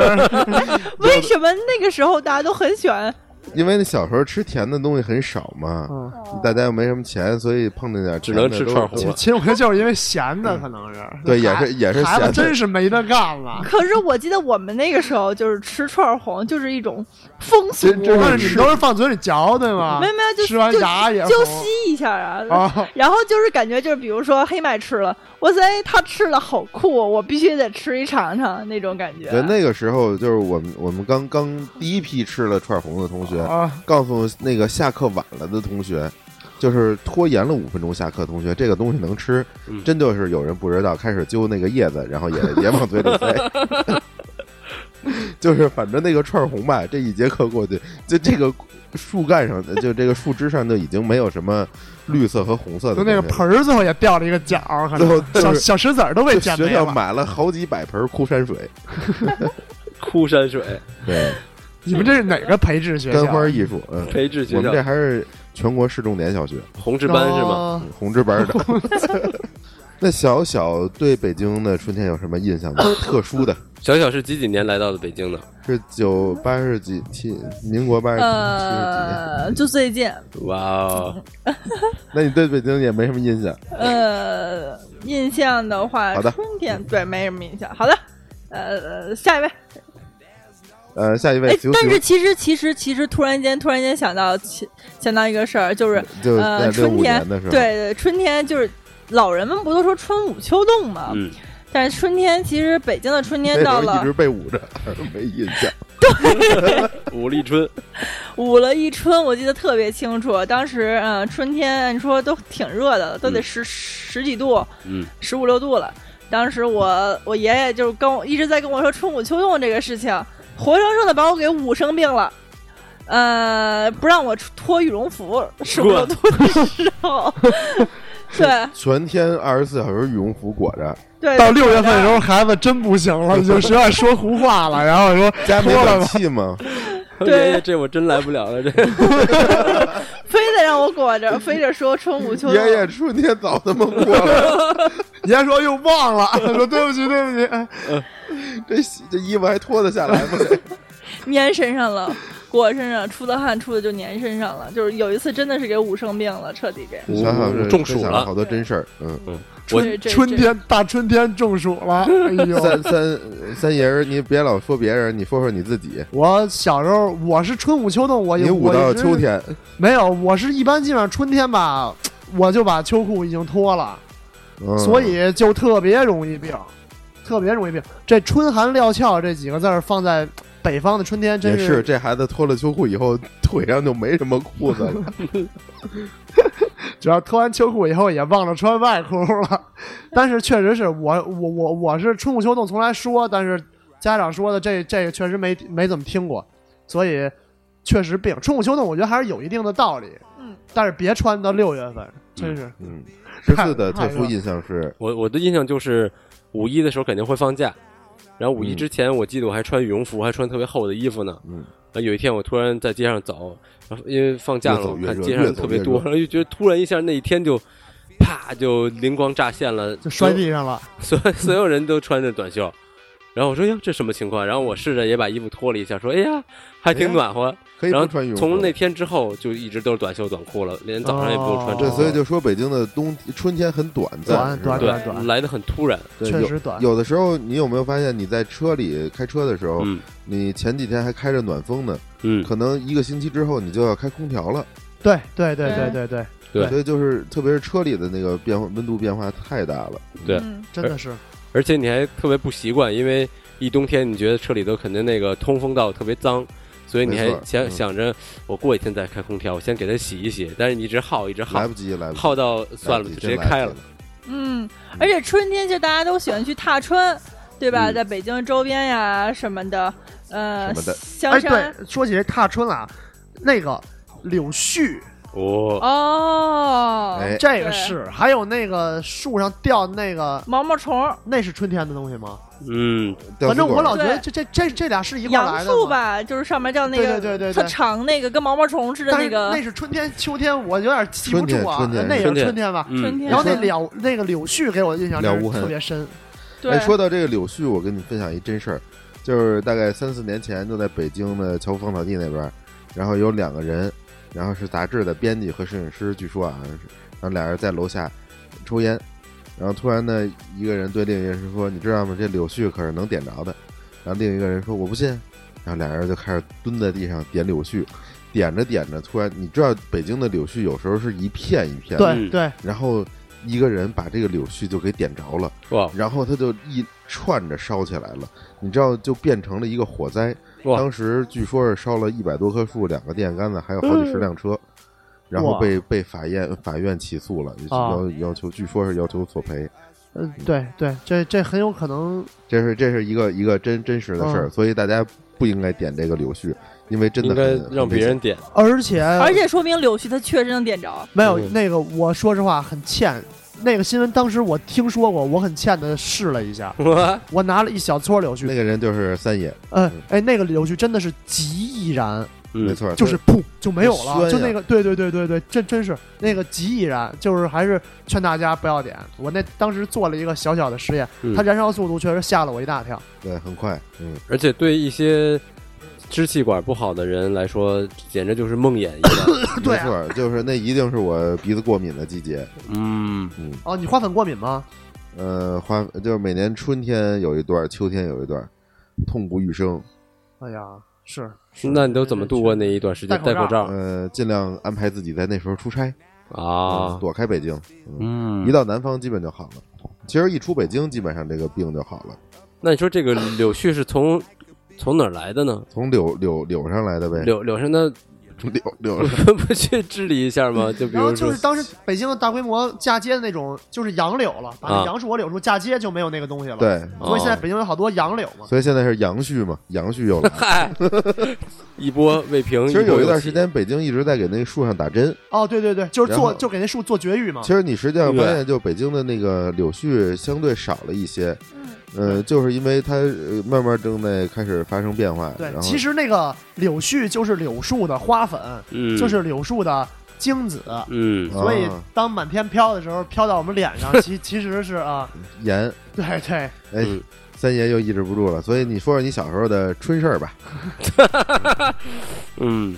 Speaker 5: 为什么那个时候大家都很喜欢？
Speaker 3: 因为那小时候吃甜的东西很少嘛，
Speaker 4: 嗯，
Speaker 3: 大家又没什么钱，所以碰见点
Speaker 1: 只能
Speaker 3: 甜的
Speaker 1: 吃
Speaker 3: 都
Speaker 1: 串红
Speaker 4: 其其实我觉得就是因为闲的，可能是
Speaker 3: 嗯对也
Speaker 4: 孩
Speaker 3: 是也是
Speaker 4: 孩子
Speaker 3: 闲的
Speaker 4: 真是没得干了。
Speaker 5: 可是我记得我们那个时候就是吃串儿红，就是一种风
Speaker 3: *laughs*
Speaker 5: 俗，
Speaker 3: 真真
Speaker 4: 但
Speaker 3: 是啊
Speaker 4: 是你都是放嘴里嚼对吗？
Speaker 5: 没有没有，就
Speaker 4: 吃完牙也
Speaker 5: 就就
Speaker 4: 红
Speaker 5: 吸一下啊。
Speaker 4: 啊，
Speaker 5: 然后就是感觉就是，比如说黑麦吃了，哇塞，他吃了好酷，我必须得吃一尝尝那种感觉。
Speaker 3: 对，那个时候就是我们我们刚刚第一批吃了串红的同学，
Speaker 4: 啊，
Speaker 3: 告诉那个下课晚了的同学，就是拖延了五分钟下课，同学这个东西能吃，
Speaker 1: 嗯
Speaker 3: 真就是有人不知道，开始揪那个叶子，然后也也往嘴里塞。 *laughs* 就是反正那个串红吧，这一节课过去，就这个树干上，就这个树枝上就已经没有什么绿色和红色的
Speaker 4: 就
Speaker 3: 东西
Speaker 4: 那
Speaker 3: 了。
Speaker 4: 个盆儿最后也掉了一个角儿，可
Speaker 3: 最后
Speaker 4: 能
Speaker 3: 就是
Speaker 4: 小小石子儿都被
Speaker 3: 就
Speaker 4: 捡
Speaker 3: 学
Speaker 4: 没
Speaker 3: 校
Speaker 4: 了。
Speaker 3: 买了好几百盆枯山水，
Speaker 1: 枯山水，
Speaker 3: 对，
Speaker 4: 你们这是哪个培智学校？啊
Speaker 3: 干花艺术，嗯，
Speaker 1: 培智
Speaker 3: 我
Speaker 1: 学
Speaker 3: 们
Speaker 1: 校
Speaker 3: 这还是全国市重点小学。
Speaker 1: 红志班是吗？
Speaker 5: 哦
Speaker 4: 吗？
Speaker 3: 红之班的。 *laughs* 那小小对北京的春天有什么印象吗？
Speaker 5: 呃
Speaker 3: 特殊
Speaker 5: *laughs*
Speaker 3: 的
Speaker 1: 小小是几几年来到的北京的？
Speaker 3: 是九八十几七，民国八十七十几年。
Speaker 5: 呃，就最近，
Speaker 1: 哇哦，
Speaker 3: 那你对北京也没什么印象？
Speaker 5: 呃，印象的话，
Speaker 3: 好的
Speaker 5: 春天对没什么印象。好的，呃，下一位。
Speaker 3: 呃，下一位
Speaker 5: 哎
Speaker 3: 九，
Speaker 5: 但
Speaker 3: 九
Speaker 5: 是其实其实其实突然间突然间想到其想到一个事儿，就是
Speaker 3: 就在
Speaker 5: 呃
Speaker 3: 六
Speaker 5: 春
Speaker 3: 五
Speaker 5: 天
Speaker 3: 年的时候，
Speaker 5: 对对春天就是老人们不都说春捂秋冻吗？
Speaker 1: 嗯，
Speaker 5: 但是春天其实北京的春
Speaker 3: 那
Speaker 5: 天
Speaker 3: 时
Speaker 5: 到
Speaker 3: 候哎一
Speaker 5: 了
Speaker 3: 直被捂着，没印象。
Speaker 1: 嗯武立春，
Speaker 5: *laughs* 捂了一春，我记得特别清楚。当时嗯春天按说都挺热的，都得
Speaker 1: 嗯
Speaker 5: 十、十几度，
Speaker 1: 嗯，
Speaker 5: 十五六度了。当时我我爷爷就是跟我一直在跟我说春捂秋冻这个事情，活生生的把我给捂生病了。呃，不让我脱羽绒服，十五六度
Speaker 1: *laughs*
Speaker 5: 的时候， *laughs* 对
Speaker 3: 全天二十四小时羽绒服裹
Speaker 5: *laughs*
Speaker 3: 着，
Speaker 5: 对，
Speaker 4: 到六月份
Speaker 5: 哎
Speaker 4: 的时候，孩子真不行了，已经学校说胡话了，然后说
Speaker 3: 家没
Speaker 4: 脱了
Speaker 3: 暖
Speaker 4: 吧，
Speaker 3: 气吗？
Speaker 1: 爷哎爷，这我真来不了了，这
Speaker 5: 非得让我裹着，非得说春捂秋
Speaker 3: *laughs*
Speaker 5: 冻。
Speaker 3: 爷爷春天早他妈过
Speaker 5: *laughs*
Speaker 3: 了，人家说又忘
Speaker 4: *laughs*
Speaker 3: 了，说对不起对不起，哎这洗这衣服还脱得下来吗？
Speaker 5: 粘身上了，裹身上，出的汗出的就粘身上了。就是有一次真的是给捂生病了，彻底给。
Speaker 3: 想想
Speaker 1: *laughs* 我
Speaker 3: 这
Speaker 1: 中暑
Speaker 3: 分享了
Speaker 1: 了
Speaker 3: 好。多真事儿，嗯。
Speaker 1: 我
Speaker 5: 这这
Speaker 4: 春
Speaker 5: 这
Speaker 4: 天大春天中暑了，哎呦！
Speaker 3: 三三三爷儿，你别老说别人，你说说你自己。
Speaker 4: 我小时候我是春捂秋冻，哎我
Speaker 3: 你
Speaker 4: 有
Speaker 3: 捂到秋，天，
Speaker 4: 我一直没有，我是一般基本上春天吧，我就把秋裤已经脱了，
Speaker 3: 嗯
Speaker 4: 所以就特别容易病，特别容易病。这“春寒料峭”这几个字儿放在北方的春天，真
Speaker 3: 也是这孩子脱了秋裤以后，腿上就没什么裤子
Speaker 4: *laughs*
Speaker 3: 了。
Speaker 4: 只要脱完秋裤以后也忘了穿外裤了。 *laughs* 但是确实是我我我我是春捂秋冻从来说，但是家长说的这这个确实没没怎么听过，所以确实病。春捂秋冻我觉得还是有一定的道理，
Speaker 5: 嗯，
Speaker 4: 但是别穿到六月份，真是、
Speaker 3: 嗯，十四的
Speaker 4: 太
Speaker 3: 特
Speaker 4: 热
Speaker 3: 殊印象是，
Speaker 1: 我我的印象就是五一的时候肯定会放假，然后五一
Speaker 3: 嗯
Speaker 1: 之前我记得我还穿羽绒服，还穿特别厚的衣服呢。
Speaker 3: 嗯，
Speaker 1: 然后有一天我突然在街上走，然后因为放假
Speaker 3: 越
Speaker 1: 了，
Speaker 3: 走
Speaker 1: 我
Speaker 3: 越
Speaker 1: 看
Speaker 3: 热
Speaker 1: 街上
Speaker 3: 越
Speaker 1: 人
Speaker 3: 走
Speaker 1: 特别
Speaker 3: 越
Speaker 1: 多，
Speaker 3: 热嗯
Speaker 1: 然后就觉得突然一下那一天就啪就灵光乍现了，
Speaker 4: 就摔地上了。
Speaker 1: 所有 *laughs* 所有人都穿着短袖。然后我说哟，这什么情况？然后我试着也把衣服脱了一下，说哎呀，还挺暖和。
Speaker 3: 可以
Speaker 1: 然后
Speaker 3: 不穿羽绒服。
Speaker 1: 从那天之后就一直都是短袖短裤了，连早上也不用穿
Speaker 4: 哦
Speaker 1: 长
Speaker 3: 对，
Speaker 1: 袖。
Speaker 3: 所以就说北京的冬春天很短暂，
Speaker 4: 短
Speaker 3: 是吧
Speaker 4: 短
Speaker 1: 对
Speaker 4: 短短，
Speaker 1: 来的很突然。
Speaker 3: 对
Speaker 4: 确
Speaker 3: 有
Speaker 4: 实短。
Speaker 3: 有的时候，你有没有发现你在车里开车的时候，
Speaker 1: 嗯
Speaker 3: 你前几天还开着暖风呢，
Speaker 1: 嗯，
Speaker 3: 可能一个星期之后你就要开空调了。
Speaker 4: 对对对
Speaker 5: 对
Speaker 4: 对对对，
Speaker 1: 对
Speaker 3: 所以就是特别是车里的那个变化温度变化太大了。
Speaker 1: 对
Speaker 5: 嗯，
Speaker 4: 真的是
Speaker 1: 而且你还特别不习惯，因为一冬天你觉得车里头肯定那个通风道特别脏，所以你还
Speaker 3: 没错
Speaker 1: 想、
Speaker 3: 嗯
Speaker 1: 想着我过几天再开空调，我先给它洗一洗。但是你一直耗，一直
Speaker 3: 来
Speaker 1: 耗，
Speaker 3: 不及，来不及，
Speaker 1: 耗到算
Speaker 3: 来
Speaker 1: 了，
Speaker 3: 不
Speaker 1: 就
Speaker 3: 及
Speaker 1: 直接
Speaker 3: 哎真来不及
Speaker 1: 开
Speaker 3: 了
Speaker 1: 了。。
Speaker 5: 嗯，而且春天就大家都喜欢去踏春，对吧？
Speaker 1: 嗯
Speaker 5: 在北京周边呀什么的，呃，
Speaker 3: 什么的
Speaker 5: 香
Speaker 4: 哎，
Speaker 5: 山、
Speaker 4: 对，说起这踏春了啊，那个柳絮，
Speaker 1: 哦，
Speaker 5: 哦，
Speaker 3: 哎，
Speaker 4: 这
Speaker 5: 对
Speaker 4: 个是，还有那个树上掉的那个，
Speaker 5: 毛毛虫、
Speaker 4: 那是春天的东西吗？
Speaker 1: 嗯，
Speaker 3: 吊
Speaker 4: 反正
Speaker 3: 丝
Speaker 4: 我
Speaker 3: 管
Speaker 4: 老觉得这
Speaker 5: 对
Speaker 4: 这这这俩是一块儿
Speaker 5: 杨
Speaker 4: 来的
Speaker 5: 树
Speaker 4: 嘛。
Speaker 5: 吧，就是上面叫那个
Speaker 4: 对对对对对
Speaker 5: 特长那个跟毛毛虫似的
Speaker 4: 但
Speaker 5: 那
Speaker 4: 是
Speaker 5: 个
Speaker 4: 那是春天、秋天，我有点记不
Speaker 3: 春天
Speaker 4: 住啊
Speaker 3: 春，天
Speaker 4: 那也
Speaker 1: 春
Speaker 4: 是
Speaker 1: 天
Speaker 4: 春天吧。
Speaker 5: 春
Speaker 1: 嗯，
Speaker 5: 天。
Speaker 4: 然后那柳那个柳絮给我印
Speaker 3: 了
Speaker 4: 象真
Speaker 3: 无
Speaker 4: 是
Speaker 3: 痕
Speaker 4: 特别深，
Speaker 5: 对
Speaker 3: 哎，，
Speaker 4: 啊
Speaker 3: 说到这个柳絮，我跟你分享一真事儿，就是大概三四年前，就在北京的樵夫芳草地那边儿，然后有两个人，然后是杂志的编辑和摄影师，据说啊，是然后俩人在楼下抽烟，然后突然呢，一个人对另一个人说：“你知道吗？这柳絮可是能点着的。”然后另一个人说：“我不信。”然后俩人就开始蹲在地上点柳絮，点着点着，突然你知道北京的柳絮有时候是一片一片的，
Speaker 1: 嗯
Speaker 4: 对对，
Speaker 3: 然后一个人把这个柳絮就给点着了。
Speaker 1: 哇
Speaker 3: 然后它就一串着烧起来了，你知道就变成了一个火灾。
Speaker 1: 哇，
Speaker 3: 当时据说是烧了一百多棵树、两个电线杆子，还有好几十辆车，然后
Speaker 4: 哇
Speaker 3: 被被法院法院起诉了，
Speaker 4: 啊
Speaker 3: 要要求据说是要求索赔。
Speaker 4: 嗯对对，这这很有可能
Speaker 3: 这是这是一个一个真真实的事儿，
Speaker 4: 嗯
Speaker 3: 所以大家不应该点这个柳絮，因为真的
Speaker 1: 应该
Speaker 3: 很
Speaker 1: 让
Speaker 3: 很危
Speaker 1: 别人
Speaker 3: 险
Speaker 1: 点。
Speaker 4: 而且
Speaker 5: 而且说明柳絮它确实能点着，
Speaker 4: 没有
Speaker 1: 嗯
Speaker 4: 那个，我说实话很欠。那个新闻当时我听说过，我很欠的试了一下，
Speaker 1: 哇，
Speaker 4: 我拿了一小撮柳絮
Speaker 3: 那，个嗯人就是三爷，
Speaker 4: 呃，哎，那个柳絮真的是极易燃，
Speaker 1: *laughs* 嗯
Speaker 3: 没，错，
Speaker 4: 就是噗就没有
Speaker 3: 啊酸呀
Speaker 4: 了，就那个对对对对对，真真是那个极易燃，就是还是劝大家不要点。我那当时做了一个小小的实验，
Speaker 1: 嗯
Speaker 4: 它燃烧速度确实吓了我一大跳。
Speaker 3: 对，很快，嗯，
Speaker 1: 而且对一些支气管不好的人来说，简直就是梦魇一
Speaker 3: *coughs*
Speaker 1: 样。
Speaker 4: 对
Speaker 3: 没
Speaker 4: 啊
Speaker 3: 错，就是那一定是我鼻子过敏的季节，
Speaker 1: 嗯，
Speaker 3: 嗯。
Speaker 4: 哦，你花粉过敏吗？
Speaker 3: 呃，花就是每年春天有一段儿，秋天有一段儿，痛不欲生。
Speaker 4: 哎呀，是
Speaker 1: 那你都怎么度过那一段时间？戴
Speaker 4: 戴
Speaker 1: 口
Speaker 4: 口罩
Speaker 1: 罩
Speaker 3: 呃，尽量安排自己在那时候出差
Speaker 1: 啊，
Speaker 3: 躲开北京。嗯，
Speaker 1: 嗯
Speaker 3: 一到南方基本就好了。其实一出北京，基本上这个病就好了，
Speaker 1: 那你说这个柳絮是从从哪儿来的呢？
Speaker 3: 从柳柳柳上来的呗。
Speaker 1: 柳柳上的
Speaker 3: *laughs* 柳柳
Speaker 1: *laughs*
Speaker 3: 上，
Speaker 1: 不去治理一下吗？就比
Speaker 4: 然后
Speaker 1: 如
Speaker 4: 就
Speaker 1: 说
Speaker 4: 是，当时北京的大规模嫁接的那种，就是杨柳了，把
Speaker 1: 啊
Speaker 4: 那杨树和柳树嫁接就没有那个东西了。，
Speaker 3: 对，
Speaker 4: 所以现在
Speaker 1: 哦。
Speaker 4: 北京有好多杨柳嘛。
Speaker 3: 所以现在是杨絮嘛，杨絮又来
Speaker 1: *laughs* 嗨，一波未平。
Speaker 3: 其实有
Speaker 1: 一波
Speaker 3: 一段
Speaker 1: 又
Speaker 3: 时
Speaker 1: 起，
Speaker 3: 间，北京一直在给那树上打针。
Speaker 4: 哦，对对对，就是
Speaker 3: 然后
Speaker 4: 做就给那树做绝育嘛
Speaker 3: 其。实你实际上发
Speaker 1: 对
Speaker 3: 现，就北京的那个柳絮相对少了一些，
Speaker 5: 嗯，
Speaker 3: 呃，就是因为它呃慢慢正在开始发生变化。
Speaker 4: 对
Speaker 3: 然，后
Speaker 4: 其实那个柳絮就是柳树的花粉，
Speaker 1: 嗯，
Speaker 4: 就是柳树的精子。
Speaker 1: 嗯
Speaker 3: 啊
Speaker 4: 所以当满天飘的时候，飘到我们脸上，
Speaker 3: *laughs*
Speaker 4: 其其实是啊，
Speaker 3: 盐，
Speaker 4: 对对，
Speaker 3: 哎，
Speaker 1: 嗯
Speaker 3: 三爷又抑制不住了。所以你说说你小时候的春事儿吧。
Speaker 1: 嗯。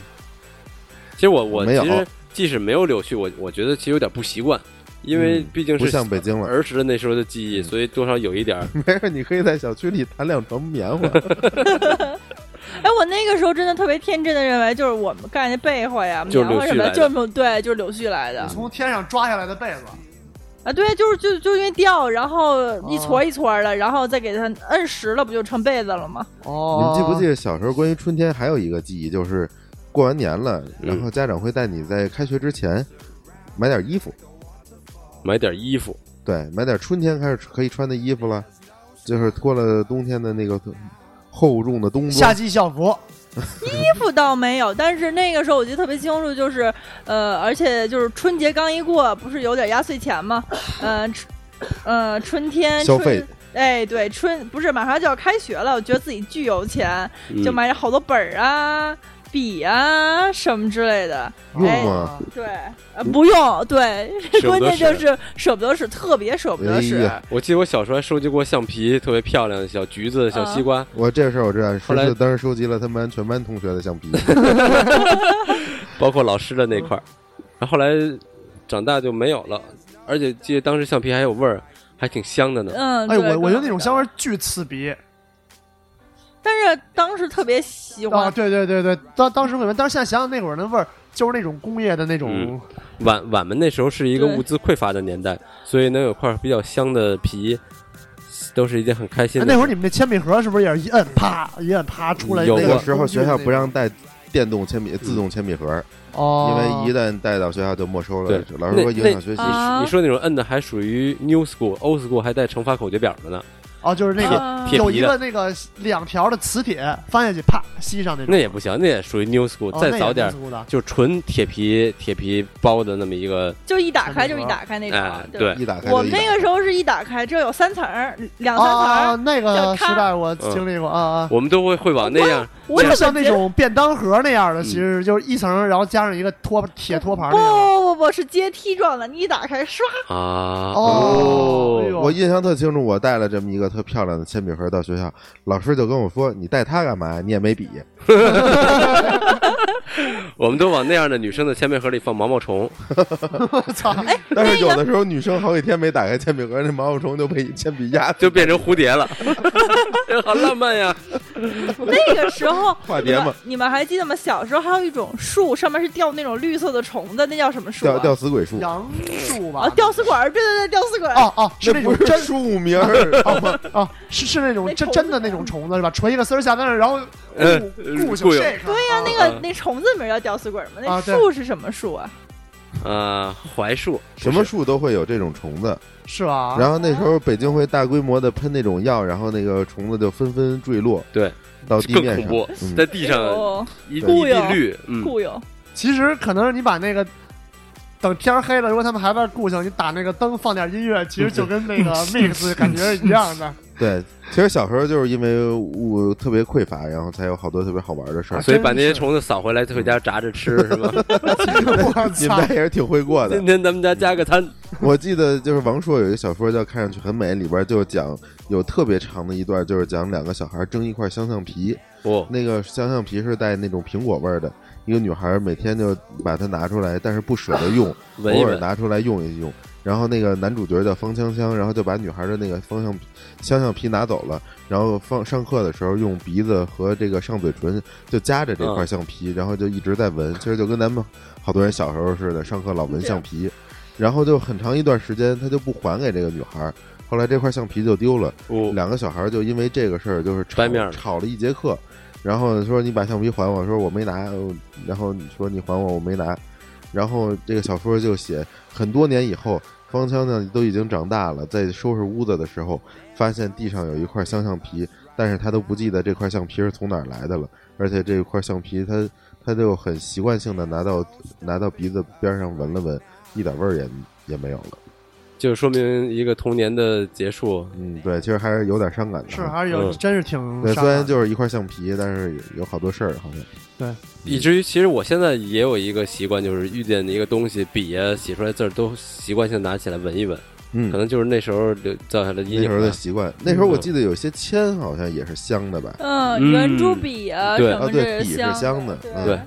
Speaker 1: 其实我我
Speaker 3: 没
Speaker 1: 其
Speaker 3: 有
Speaker 1: 实即使没有柳絮，我我觉得其实有点不习惯，因为
Speaker 3: 嗯
Speaker 1: 毕竟是
Speaker 3: 不像北京了嗯
Speaker 1: 儿时的那时候的记忆，所以多少有一
Speaker 3: *laughs*
Speaker 1: 点儿。
Speaker 3: 没事，你可以在小区里弹两床棉花。
Speaker 5: 哎，我那个时候真的特别天真的认为，就是我们干那被窝呀、
Speaker 1: 就是柳
Speaker 5: 棉花什
Speaker 1: 絮
Speaker 5: 么
Speaker 1: 来
Speaker 5: 的，
Speaker 1: 的
Speaker 5: 就是没有对，就是柳絮来的
Speaker 4: 从天上抓下来的被子，
Speaker 5: 啊，对，就是就就因为掉，然后一撮一撮的，然后再给它摁实了，不就成被子了吗？
Speaker 4: 哦，
Speaker 3: 你们记不记得小时候关于春天还有一个记忆，就是过完年了，然
Speaker 1: 嗯
Speaker 3: 后家长会带你在开学之前买点衣服，
Speaker 1: 买点衣服，
Speaker 3: 对，买点春天开始可以穿的衣服了，就是脱了冬天的那个厚重的冬
Speaker 4: 哦夏
Speaker 3: 装。
Speaker 4: 季校服，
Speaker 5: 衣服倒没有，但是那个时候我记得特别清楚，就是呃，而且就是春节刚一过，不是有点压岁钱吗？呃，春呃，春天
Speaker 3: 消费
Speaker 5: 春哎，对，春不是马上就要开学了，我觉得自己巨有钱，
Speaker 1: 嗯
Speaker 5: 就买了好多本儿啊、笔啊什么之类的。
Speaker 3: 用
Speaker 5: 哎
Speaker 3: 吗？
Speaker 5: 对，呃，不用，对
Speaker 1: 舍，不
Speaker 5: 关
Speaker 1: 得
Speaker 5: 键就
Speaker 1: 使
Speaker 5: 是舍不得使，特别舍不得使。
Speaker 3: 哎呀
Speaker 1: 我记得我小时候还收集过橡皮，特别漂亮的小橘子、小
Speaker 4: 啊
Speaker 1: 西瓜。
Speaker 3: 我这事儿我知道，
Speaker 1: 后
Speaker 3: 说
Speaker 1: 来
Speaker 3: 是当时收集了他们班全班同学
Speaker 1: *laughs*
Speaker 3: 的橡皮，
Speaker 1: 包括老师的
Speaker 5: 嗯
Speaker 1: 那块儿。然后后来长大就没有了，而且记得当时橡皮还有味儿，还挺香的呢。
Speaker 5: 嗯，
Speaker 4: 哎，
Speaker 5: 对
Speaker 4: 我我觉得那种
Speaker 5: 对
Speaker 4: 香味儿巨刺鼻
Speaker 5: 但是当时特别喜欢
Speaker 3: 哦
Speaker 4: 啊！，对对对对，当当时我们，但是现在想想那会儿那味儿，就是那种工业的那
Speaker 3: 嗯
Speaker 4: 种，
Speaker 1: 晚晚们那时候是一个
Speaker 5: 对
Speaker 1: 物资匮乏的年代，所以能有块比较香的皮，都是一件很开心
Speaker 4: 哎
Speaker 1: 的。
Speaker 4: 那会儿你们那铅笔盒是不是也是一摁啪一摁啪出来
Speaker 1: 有
Speaker 4: 那
Speaker 3: 那
Speaker 1: 过
Speaker 3: 个嗯
Speaker 4: 个
Speaker 3: 时候学校不让
Speaker 4: 工具
Speaker 3: 带电动铅笔、自动铅笔盒，
Speaker 4: 的那种哦，
Speaker 3: 因为一旦带到学校就没收了，
Speaker 1: 对
Speaker 3: 老师说影响学习
Speaker 1: 你。
Speaker 5: 啊
Speaker 1: 你说那种摁的还属于 new school、old school，还带乘法口诀表的呢，
Speaker 4: 哦就是那个
Speaker 5: 啊
Speaker 1: 铁
Speaker 4: 有
Speaker 1: 皮
Speaker 4: 一
Speaker 1: 的
Speaker 4: 个那个两条的磁铁翻下去啪吸上那种
Speaker 1: 那，也不行，那也属于 new school、
Speaker 4: 哦
Speaker 1: 再
Speaker 4: 那也
Speaker 1: 早点
Speaker 4: 挺
Speaker 1: 儿，
Speaker 4: 粗的
Speaker 1: 就纯铁皮铁皮包的那么一个，
Speaker 5: 就一打开就是一打开那种。
Speaker 1: 哎，
Speaker 5: 吧
Speaker 1: 对，
Speaker 3: 一打开就一打开，
Speaker 5: 我们那个时候是一打开，这有三层儿，两三层
Speaker 4: 啊，
Speaker 5: 儿。
Speaker 4: 那
Speaker 5: 叫
Speaker 4: 个
Speaker 5: 咔
Speaker 4: 时代我
Speaker 3: 嗯
Speaker 4: 经历过啊啊。
Speaker 1: 我们都会会往那样，
Speaker 5: 我
Speaker 4: 就
Speaker 5: 怎
Speaker 4: 像
Speaker 5: 么
Speaker 4: 那
Speaker 5: 觉得
Speaker 4: 种便当盒那样
Speaker 1: 嗯
Speaker 4: 的，其实就是一层，然后加上一个托铁托盘
Speaker 3: 哦
Speaker 5: 不
Speaker 4: 那样
Speaker 5: 不
Speaker 3: 啊
Speaker 5: 不不是阶梯状的，你一打开唰，
Speaker 1: 啊，
Speaker 4: 哦哎呦
Speaker 3: 我印象特清楚，我带了这么一个特漂亮的铅笔盒到学校，老师就跟我说：“你带它干嘛？你也没
Speaker 4: *laughs*
Speaker 3: 笔。
Speaker 1: 我们都往那样的女生的铅笔盒里放毛毛
Speaker 3: *laughs*
Speaker 1: 虫，
Speaker 4: 的。我操！哎，”
Speaker 3: 但是有的时候女生好几天没打开铅笔盒，那毛毛虫就被铅笔压
Speaker 1: 就变成蝴蝶了， *laughs* 好浪漫呀！
Speaker 5: 那个时候
Speaker 3: *laughs* 化蝶嘛
Speaker 5: 你们你们还记得吗？小时候还有一种树，上面是吊那种绿色的虫子，那叫什么树、啊？
Speaker 3: 吊吊死鬼树，
Speaker 4: 杨树吧
Speaker 5: 啊，？吊死鬼儿，对对对，吊死鬼儿。
Speaker 4: 哦哦，是那
Speaker 3: 不
Speaker 4: 种
Speaker 3: 是
Speaker 4: 真
Speaker 3: 树名
Speaker 4: *laughs*
Speaker 3: 儿好吗？
Speaker 4: 啊，是是那种
Speaker 5: 那
Speaker 4: 真
Speaker 5: 虫子
Speaker 4: 真的那种虫子是吧？垂一个丝儿下在那儿，然后
Speaker 3: 哎
Speaker 1: 嗯
Speaker 4: 固固
Speaker 1: 固
Speaker 4: 性
Speaker 1: 有
Speaker 4: shake。
Speaker 5: 对呀、
Speaker 4: 啊
Speaker 5: 那个
Speaker 1: 啊
Speaker 5: 那虫子名叫吊死鬼儿嘛。那
Speaker 4: 啊对
Speaker 5: 树是什么树啊？
Speaker 1: 啊，槐树
Speaker 3: *laughs* 什么树都会有这种虫子。
Speaker 4: 啊是吧？
Speaker 3: 然后那时候北京会大规模的喷那种药，然后那个虫子就纷纷坠落，
Speaker 1: 对，
Speaker 3: 到啊地
Speaker 1: 更
Speaker 3: 面
Speaker 1: 恐
Speaker 3: 上。
Speaker 1: 怖，
Speaker 3: 嗯
Speaker 1: 在地上
Speaker 5: 哦，
Speaker 1: 一一
Speaker 5: 固有
Speaker 1: 地绿，嗯，
Speaker 5: 固有。
Speaker 4: 其实可能是你把那个。等天黑了，如果他们还在故乡，你打那个灯放点音乐，其实就跟
Speaker 3: *laughs*
Speaker 4: 那个 mix 感觉是一样的。
Speaker 3: 对，其实小时候就是因为物特别匮乏，然后才有好多特别好玩的事
Speaker 4: 啊
Speaker 3: 儿。
Speaker 1: 所以把那些虫子扫回来，回家炸着 *laughs* 吃是吗？
Speaker 4: *laughs* 我
Speaker 3: *laughs* 你们
Speaker 4: 操
Speaker 3: 家！也是挺会过的
Speaker 1: 今。天咱们家加个餐，
Speaker 3: 我记得就是王朔有一个小说叫《看上去很美》，里边就讲有特别长的一段，就是讲两个小孩争一块香橡皮，
Speaker 1: 哦，
Speaker 3: 那个香橡皮是带那种苹果味儿的，一个女孩每天就把它拿出来，但是不舍得用，
Speaker 1: 闻一
Speaker 3: 偶尔
Speaker 1: 闻，
Speaker 3: 拿出来用一用。然后那个男主角叫方香香，然后就把女孩的那个方向香橡皮拿走了，然后放上课的时候用鼻子和这个上嘴唇就夹着
Speaker 1: 嗯
Speaker 3: 这块橡皮，然后就一直在闻，其实就跟咱们好多人小时候似的，上课老闻橡皮，然后就很长一段时间他就不还给这个女孩，后来这块橡皮就丢了，
Speaker 1: 哦，
Speaker 3: 两个小孩就因为这个事儿就是吵
Speaker 1: 掰面了
Speaker 3: 吵了一节课，然后说你把橡皮还我，说我没拿，呃然后你说你还我，我没拿，然后这个小说就写很多年以后，方香呢都已经长大了，在收拾屋子的时候，发现地上有一块香橡皮，但是他都不记得这块橡皮是从哪儿来的了，而且这块橡皮他他就很习惯性的拿到拿到鼻子边上闻了闻，一点味儿也也没有了。
Speaker 1: 就说明一个童年的结束。
Speaker 3: 嗯，对，其实还是有点伤感的。
Speaker 4: 是还是有，
Speaker 1: 嗯
Speaker 4: 真是挺
Speaker 3: 对，
Speaker 4: 伤
Speaker 3: 虽然
Speaker 4: 感的。
Speaker 3: 就是一块橡皮，但是有有好多事儿，好像
Speaker 1: 以至于其实我现在也有一个习惯，就是遇见一个东西，笔呀、写出来字儿都习惯性拿起来闻一闻，可
Speaker 3: 嗯，
Speaker 1: 能就是那时候留造下的阴
Speaker 3: 那
Speaker 1: 影
Speaker 3: 时候
Speaker 1: 吧
Speaker 3: 的。习惯。那时候我记得有些铅好像也是香的吧？
Speaker 1: 嗯
Speaker 5: 嗯，圆珠笔啊，
Speaker 1: 对
Speaker 5: 什么
Speaker 3: 啊对
Speaker 5: 这
Speaker 3: 笔是香
Speaker 5: 香
Speaker 3: 的嗯
Speaker 1: 对
Speaker 5: 对，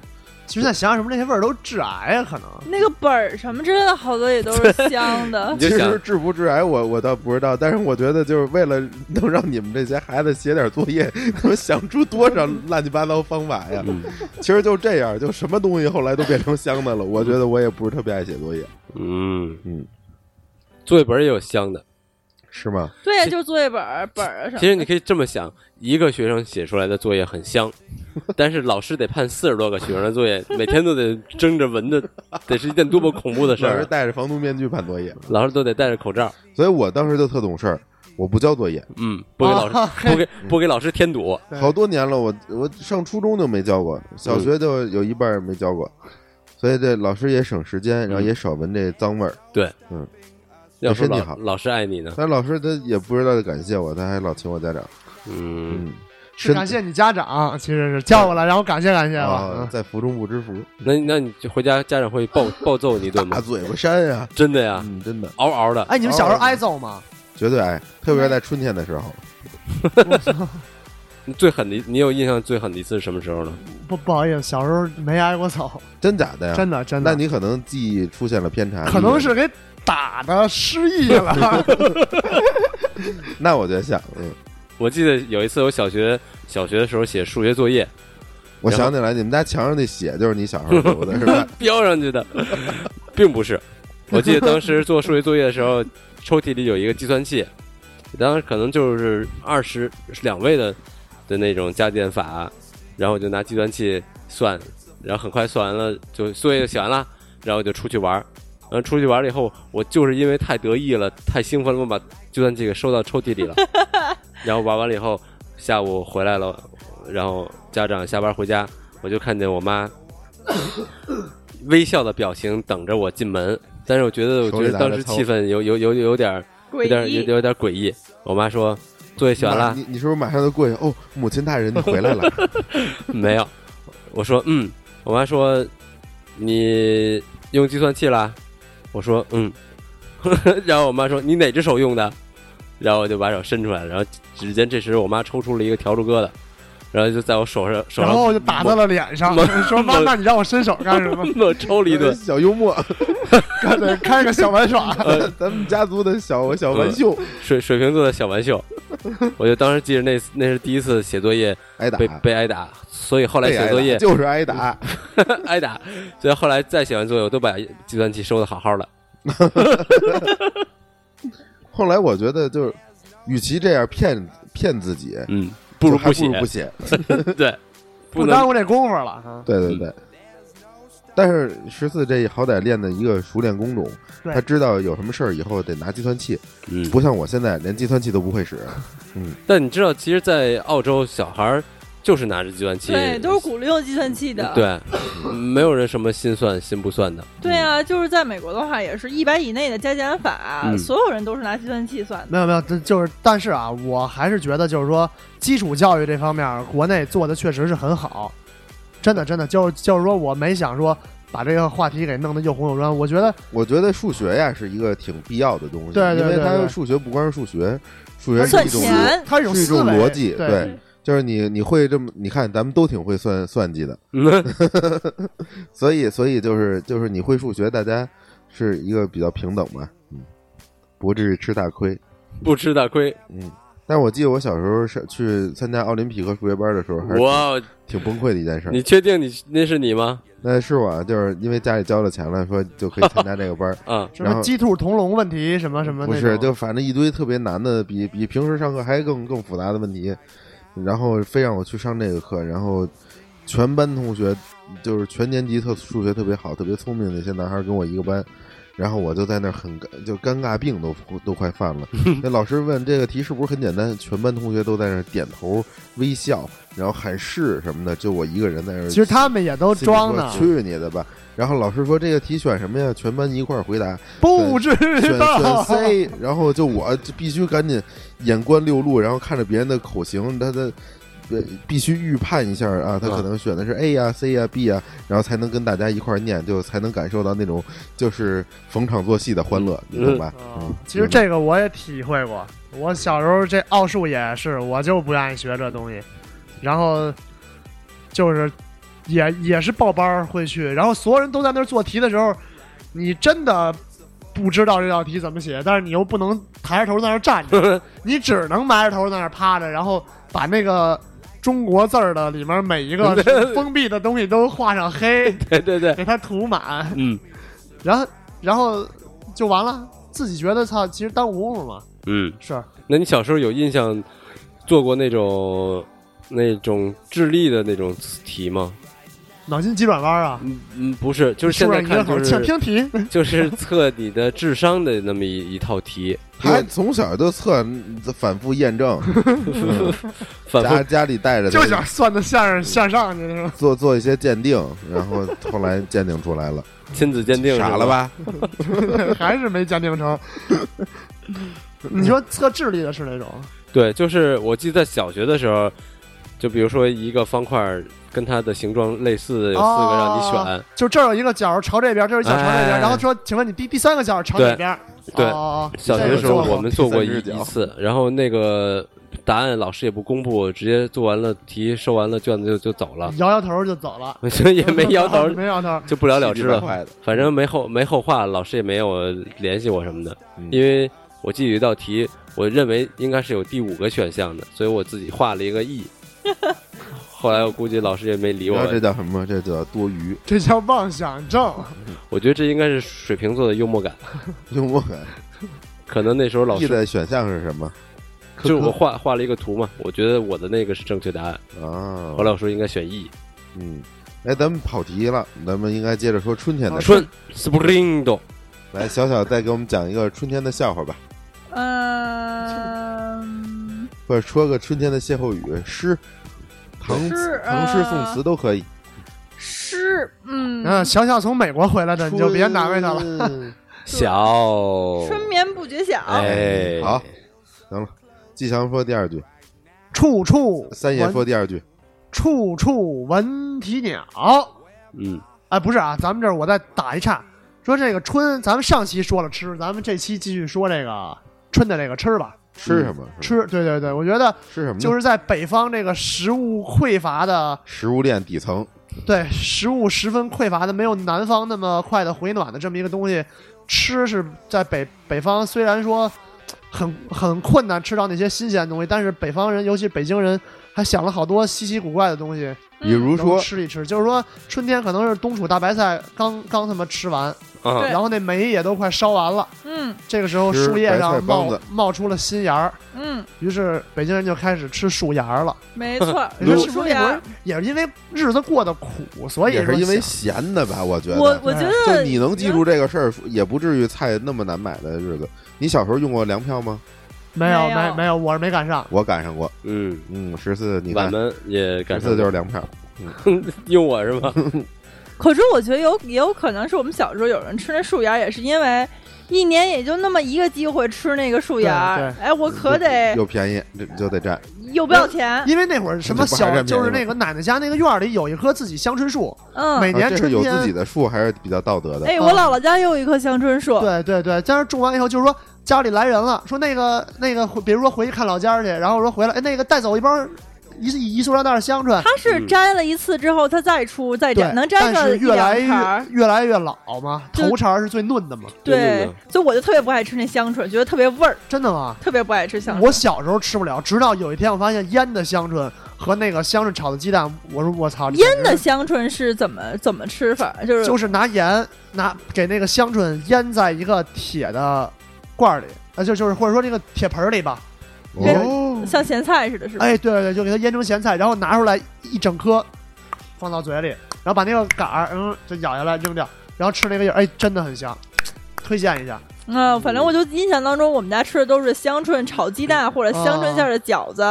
Speaker 4: 其实再想想什么，那些味儿都致癌啊，可能。
Speaker 5: 那个本儿什么之类的，好多也都
Speaker 1: *laughs*
Speaker 5: 是香的
Speaker 1: *laughs* 你。
Speaker 3: 其
Speaker 1: 就
Speaker 3: 实
Speaker 1: 想，
Speaker 3: 治不治癌，我我倒不知道，但是我觉得就是为了能让你们这些孩子写点作业， *laughs* 他们想出多少乱七八糟方法呀？
Speaker 1: 嗯
Speaker 3: 其实就这样，就什么东西后来都变成香的了。我觉得我也不是特别爱写作业，
Speaker 1: 嗯
Speaker 3: 嗯，
Speaker 1: 作业本儿也有香的。
Speaker 3: 是吗？
Speaker 5: 对，就是作业本儿本儿啊什
Speaker 1: 其
Speaker 5: 么。
Speaker 1: 实你可以这么想，一个学生写出来的作业很
Speaker 3: *laughs*
Speaker 1: 香，但是老师得判四十多个学生的作业，每天都得争着
Speaker 3: *laughs*
Speaker 1: 闻着，得是一件多么恐怖的事
Speaker 3: 老师
Speaker 1: 儿。啊
Speaker 3: 戴着防毒面具判作业，
Speaker 1: 老师都得戴着口罩，
Speaker 3: 所以我当时就特懂事儿，我不交作业，
Speaker 1: 嗯，不给老师、
Speaker 4: 啊
Speaker 1: 不
Speaker 3: *laughs*
Speaker 1: 给不给老师添堵，
Speaker 4: 对嗯
Speaker 3: 好多年了，我我上初中就没交过，小学就有一半儿没交过，所以这老师也省时间，然
Speaker 4: 嗯
Speaker 3: 后也少闻这脏味儿。
Speaker 1: 要说
Speaker 3: 身体
Speaker 1: 老
Speaker 3: 好
Speaker 1: 老师爱你呢，
Speaker 3: 但老师他也不知道感谢我，他还老请我家长，
Speaker 1: 嗯，
Speaker 3: 嗯，
Speaker 4: 是感谢你家长，其实是叫过来，然后感谢感谢吧。
Speaker 3: 啊
Speaker 4: 嗯，
Speaker 3: 在福中不知福，
Speaker 1: 那那你就回家家长会
Speaker 3: *laughs*
Speaker 1: 暴暴揍你一顿
Speaker 3: 大
Speaker 1: 吗？
Speaker 3: 嘴巴扇啊，
Speaker 1: 真的呀，
Speaker 3: 嗯，真的
Speaker 1: 嗷嗷的，
Speaker 4: 哎，你们小时候挨揍吗？
Speaker 3: 绝对爱，特别是在春天的时候，
Speaker 1: 最狠的，你有印象最狠的一次是什么时候呢？
Speaker 4: 不不好意思，小时候没挨过揍，
Speaker 3: 真假的呀？
Speaker 4: 真的真
Speaker 3: 嗯那
Speaker 4: 的，
Speaker 3: 你可能记忆出现了偏差，
Speaker 4: 可能是给打的失忆了。
Speaker 3: 那我就想，嗯，
Speaker 1: 我记得有一次我小学小学的时候写数学作业，
Speaker 3: 我
Speaker 1: 然后
Speaker 3: 想起来，你们家墙上那血就是你小时候留
Speaker 4: *laughs*
Speaker 3: 的，是 *laughs* 吧？
Speaker 1: *laughs* 标上去的，并不是。我记得当时做数学作业的时候，抽屉里有一个计算器，当时可能就是二十两位的的那种加减法，然后我就拿计算器算，然后很快算完了，就作业就写完了，然后我就出去玩儿。然后出去玩了以后，我就是因为太得意了，太兴奋了，我把计算器给收到抽屉里了。然后玩完了以后，下午回来了，然后家长下班回家，我就看见我妈微笑的表情等着我进门，但是我觉得，我
Speaker 3: 手
Speaker 1: 觉
Speaker 3: 里
Speaker 1: 得
Speaker 3: 拿
Speaker 1: 当
Speaker 3: 着
Speaker 1: 时
Speaker 3: 操
Speaker 1: 气氛有有有有点儿有点儿
Speaker 5: 诡
Speaker 1: 有
Speaker 5: 异，
Speaker 1: 有点儿诡异。我妈说作业写完了
Speaker 3: 你你是不是马上就过去？哦，母亲大人，你回来了，，
Speaker 1: 没有？我说嗯，我妈说你用计算器啦？我说嗯， *laughs* 然后我妈说你哪只手用的？然后我就把手伸出来，然后只见这时我妈抽出了一个笤帚疙瘩，然后就在我手上手
Speaker 4: 然后
Speaker 1: 上
Speaker 4: 我就打在了脸上，
Speaker 1: 猛
Speaker 4: 说妈，
Speaker 1: 猛
Speaker 4: 那你让我伸手干什么？
Speaker 1: 猛抽了一顿呃
Speaker 3: 小幽
Speaker 1: *laughs*
Speaker 3: 默，
Speaker 4: 干脆开个小玩耍。
Speaker 3: 咱们家族的小小玩秀，
Speaker 1: 水水瓶座的小玩笑。我就当时记着那那是第一次写作业
Speaker 3: 挨打，
Speaker 1: 被被挨打，所以后来
Speaker 3: 被挨
Speaker 1: 写
Speaker 3: 打
Speaker 1: 作业
Speaker 3: 就是挨打，
Speaker 1: *laughs* 挨打，所以后来再写完作业，我都把计算器收的好好的。
Speaker 3: 后来我觉得就是，与其这样骗骗自己，
Speaker 1: 嗯，不如
Speaker 3: 就还
Speaker 1: 写嗯
Speaker 3: 不，如不写。
Speaker 1: 对，
Speaker 4: 不
Speaker 1: 不
Speaker 4: 耽
Speaker 1: 能
Speaker 4: 误这功夫了啊！
Speaker 3: 对对对。但是十四这好歹练的一个熟练工种，
Speaker 4: 对
Speaker 3: 他知道有什么事儿以后得拿计算器，
Speaker 1: 嗯。
Speaker 3: 不像我现在连计算器都不会
Speaker 4: *laughs*
Speaker 3: 使。
Speaker 1: 但你知道，其实，在澳洲，小孩儿就是拿着计算器，
Speaker 5: 对，都是鼓溜计算器的。
Speaker 1: 对，没有人什么心算心不算的。 *laughs*
Speaker 5: 对啊，就是在美国的话，也是一百以内的加减法
Speaker 1: 嗯，
Speaker 5: 所有人都是拿计算器算的。
Speaker 4: 没有没有，这就是，但是啊，我还是觉得就是说，基础教育这方面儿，国内做的确实是很好，真的真的，就是就是说，我没想说把这个话题给弄得又红又专，我觉
Speaker 3: *laughs*
Speaker 4: 得
Speaker 3: 我觉得数学呀是一个挺必要的东西，
Speaker 4: 对对对
Speaker 3: 因为它
Speaker 4: 对
Speaker 3: 数学不光是数学，数学是
Speaker 5: 算
Speaker 3: 一种
Speaker 5: 钱，
Speaker 4: 它是一种
Speaker 3: 是一
Speaker 4: 思
Speaker 3: 种
Speaker 4: 维
Speaker 3: 逻辑，
Speaker 4: 对，
Speaker 3: 对，就是你你会这么，你看咱们都挺会算算计的，所以所以就是就是你会数学，大家是一个比较平等嘛，嗯，不至于吃大亏。
Speaker 1: 不吃大亏，
Speaker 3: 嗯，但是我记得我小时候是去参加奥林匹克数学班的时候，还是
Speaker 1: 哇！哦
Speaker 3: 挺崩溃的一件事儿。
Speaker 1: 你确定你那是你吗？，
Speaker 3: 那是我啊就是因为家里交了钱了，说就可以参加这个班儿 *laughs*
Speaker 1: 啊，
Speaker 4: 什
Speaker 3: 然
Speaker 4: 么
Speaker 3: 后
Speaker 4: 鸡兔同笼问题，什么什么
Speaker 3: 不
Speaker 4: 那
Speaker 3: 是
Speaker 4: 种，
Speaker 3: 就反正一堆特别难的，比比平时上课还更更复杂的问题，然后非让我去上这个课，然后全班同学就是全年级特数学特别好、特别聪明的那些男孩儿跟我一个班，然后我就在那儿很尴就尴尬病都都快犯
Speaker 4: *laughs*
Speaker 3: 了。那老师问这个题是不是很简单，全班同学都在那儿点头微笑，然后喊是什么的，就我一个人在那儿。
Speaker 4: 其实他们也都装呢，
Speaker 3: 去你的吧！然后老师说这个题选什么呀？全班一块儿回答，
Speaker 4: 不知
Speaker 3: 选选
Speaker 4: 道。
Speaker 3: C，然后就我就必须赶紧眼观六路，然后看着别人的口型，他的呃必须预判一下啊，
Speaker 1: 嗯
Speaker 3: 他可能选的是 A 呀、C 呀、B 呀、然后才能跟大家一块儿念，就才能感受到那种就是逢场作戏的欢乐，你懂吧？
Speaker 4: 啊其实这个我也体会过，我小时候这奥数也是，我就不愿意学这东西，然后就是也也是报班儿会去，然后所有人都在那儿做题的时候，你真的不知道这道题怎么写，但是你又不能抬着头在那儿站着，你只能埋着头在那儿趴着，然后把那个。中国字儿的里面每一个封闭的东西都画上黑，
Speaker 1: 对对对，
Speaker 4: 给它涂满，
Speaker 1: 嗯
Speaker 4: 然后然后就完了，自己觉得操，其实耽误功夫嘛，
Speaker 1: 嗯。
Speaker 4: 是
Speaker 1: 那你小时候有印象做过那种那种智力的那种题吗？
Speaker 4: 脑筋急转弯啊，
Speaker 1: 嗯嗯，不是，就是
Speaker 4: 是
Speaker 1: 现
Speaker 4: 不
Speaker 1: 在
Speaker 4: 是你
Speaker 1: 看
Speaker 4: 好
Speaker 1: 就
Speaker 4: 请
Speaker 1: 是
Speaker 4: 听题，
Speaker 1: 就是测你的智商的那么一一套题，
Speaker 3: *laughs* 他从小就测反复验证，嗯
Speaker 1: *laughs* 反
Speaker 3: 家
Speaker 1: 复
Speaker 3: 家里带着他
Speaker 4: 就想算到线上线上去的是吧？
Speaker 3: 做做一些鉴定，然后后来鉴定出来了，
Speaker 1: 亲子鉴定，
Speaker 3: 傻了？吧？
Speaker 4: 还是没鉴
Speaker 1: *laughs*
Speaker 4: 定成。你说测智力的是哪种？
Speaker 1: 对，就是我记得在小学的时候，就比如说一个方块儿跟它的形状类似的有四个让你选，
Speaker 4: 就这儿有一个角朝这边，这儿有一角朝这边，
Speaker 1: 哎
Speaker 4: 然后说，请问你第第三个角朝哪边？
Speaker 1: 对
Speaker 4: 哦、
Speaker 1: 小学的时候我们做过一
Speaker 3: 这个做过
Speaker 1: 一次，然后那个答案老师也不公布，直接做完了题，收完了卷子就就走了， *laughs*
Speaker 4: 摇摇头就走了，
Speaker 1: 所以也
Speaker 3: *laughs*
Speaker 1: 没摇头，
Speaker 4: *laughs* 没摇头。
Speaker 1: 就不了了之
Speaker 3: 气急败坏
Speaker 1: 了
Speaker 3: 的。
Speaker 1: 反正没后没后话，老师也没有联系我什么的
Speaker 3: 嗯，
Speaker 1: 因为我记得有一道题，我认为应该是有第五个选项的，所以我自己画了一个
Speaker 3: *laughs*
Speaker 1: E。后来我估计老师也没理我
Speaker 3: 然后，这叫什么？这叫多余
Speaker 4: 这叫妄想症，
Speaker 1: 我觉得这应该是水瓶座的幽默感，
Speaker 3: 幽默感。
Speaker 1: 可能那时候老
Speaker 3: E
Speaker 1: 师
Speaker 3: 的选项是什么
Speaker 1: 就是我画画了一个图嘛，我觉得我的那个是正确答案，
Speaker 3: 啊
Speaker 1: 后？来我说应该选 E。
Speaker 3: 嗯，哎，咱们跑题了，咱们应该接着说春天的事。
Speaker 1: 春 spring 的
Speaker 3: 来，小小再给我们讲一个春天的笑话吧，
Speaker 5: 嗯，
Speaker 3: 或者说个春天的歇后语、诗、唐
Speaker 5: 诗
Speaker 3: 唐
Speaker 4: 呃
Speaker 3: 诗宋词都可以。
Speaker 5: 诗，嗯，
Speaker 4: 嗯，小小从美国回来的，你就别难为他了。 *laughs*
Speaker 3: 了。
Speaker 1: 小
Speaker 5: 春眠不觉晓。
Speaker 1: 哎，
Speaker 3: 好，行了，季翔说第二句，
Speaker 4: 处处
Speaker 3: 三爷
Speaker 4: 闻
Speaker 3: 说第二句，
Speaker 4: 处处闻啼鸟。
Speaker 1: 嗯，
Speaker 4: 哎，不是啊，咱们这儿我再打一岔，说这个春，咱们上期说了吃，咱们这期继续说这个春的这个吃吧。
Speaker 3: 吃什么？是吧
Speaker 4: 吃，对对对，我觉得
Speaker 3: 吃什么呢？
Speaker 4: 嗯就是在北方这个食物匮乏的，
Speaker 3: 食物链底层。
Speaker 4: 对食物十分匮乏的，没有南方那么快的回暖的这么一个东西，吃是在北北方虽然说很很困难吃到那些新鲜的东西，但是北方人，尤其北京人，还想了好多稀奇古怪的东西，
Speaker 3: 比如
Speaker 4: 嗯能
Speaker 3: 说，
Speaker 4: 吃一吃，就是说春天可能是冬储大白菜刚刚他妈吃完，
Speaker 1: 啊
Speaker 5: 对
Speaker 4: 然后那煤也都快烧完了，
Speaker 5: 嗯
Speaker 4: 这个时候
Speaker 3: 吃
Speaker 4: 树叶
Speaker 3: 白菜
Speaker 4: 上
Speaker 3: 帮
Speaker 4: 冒
Speaker 3: 子
Speaker 4: 冒出了新芽儿，
Speaker 5: 嗯，
Speaker 4: 于是北京人就开始吃树芽儿了。
Speaker 5: 没错，
Speaker 4: 你说是
Speaker 5: 吃
Speaker 4: 不
Speaker 5: 不啊
Speaker 4: 是那会儿
Speaker 5: 了。
Speaker 4: 也是因为日子过得苦，所以
Speaker 3: 也是因为
Speaker 4: 说
Speaker 3: 咸的吧？我觉得，哎
Speaker 5: 我我觉
Speaker 3: 就
Speaker 5: 得
Speaker 3: 你能记住这个事儿，也不至于菜那么难买的日子。你小时候用过粮票吗？
Speaker 4: 没有
Speaker 5: 没有
Speaker 4: 没没有，我是没赶上。
Speaker 3: 我赶上过，
Speaker 1: 嗯，
Speaker 3: 嗯，十四，你
Speaker 1: 俺
Speaker 3: 看，
Speaker 1: 们也
Speaker 3: 十
Speaker 1: 赶上
Speaker 3: 四就是粮票，
Speaker 1: 用我是吗？ *laughs*
Speaker 5: 可是我觉得有也有可能是我们小时候有人吃那树芽，也是因为一年也就那么一个机会吃那个树芽
Speaker 4: 对。
Speaker 5: 哎，我可得
Speaker 3: 又便宜，这就得占。
Speaker 5: 有不要钱？
Speaker 4: 因为那会儿什么
Speaker 3: 这不还
Speaker 4: 小
Speaker 3: 是
Speaker 4: 就是
Speaker 3: 面
Speaker 4: 那个奶奶家那个院儿里有一棵自己香椿树，每
Speaker 5: 嗯，
Speaker 3: 啊
Speaker 4: 年
Speaker 3: 这
Speaker 4: 春
Speaker 3: 是有自己
Speaker 4: 天，
Speaker 3: 的树，还是比较道德的。
Speaker 5: 哎，我姥姥家也有一棵香椿树。
Speaker 4: 对对对，但是种完以后就是说家里来人了，说那个那个回，比如说回去看老家去，然后说回来，哎，那个带走一包一一塑料袋的香椿，
Speaker 5: 它是摘了一次之后，它再出再
Speaker 4: 对
Speaker 5: 摘，，哎能摘
Speaker 4: 但
Speaker 5: 个
Speaker 4: 是
Speaker 5: 一
Speaker 4: 越来
Speaker 5: 两茬儿
Speaker 4: 越。越来越老嘛，
Speaker 5: 就
Speaker 4: 头茬儿是最嫩的嘛，
Speaker 1: 真
Speaker 5: 对
Speaker 1: 的，
Speaker 5: 所以我就特别不爱吃那香椿，觉得特别味儿，
Speaker 4: 真的吗？
Speaker 5: 特别不爱吃香
Speaker 4: 我
Speaker 5: 椿。
Speaker 4: 小时候吃不了，直到有一天我发现腌的香椿和那个香椿炒的鸡蛋，我说我操，这
Speaker 5: 腌的
Speaker 4: 简直
Speaker 5: 香椿是怎么怎么吃法？就是
Speaker 4: 就是拿盐拿给那个香椿腌在一个铁的罐儿里，啊就就是或者说这个铁盆儿里吧，
Speaker 3: 哦，
Speaker 5: 像咸菜似的，是吧？
Speaker 4: 哎对对对，就给它腌成咸菜，然后拿出来一整颗，放到嘴里，然后把那个杆儿嗯就咬下来扔掉，然后吃那个叶儿，哎真的很香，推荐一下。
Speaker 5: 嗯，反正我就印象当中，我们家吃的都是香椿炒鸡蛋或者
Speaker 4: 哦
Speaker 5: 香椿馅儿的饺子。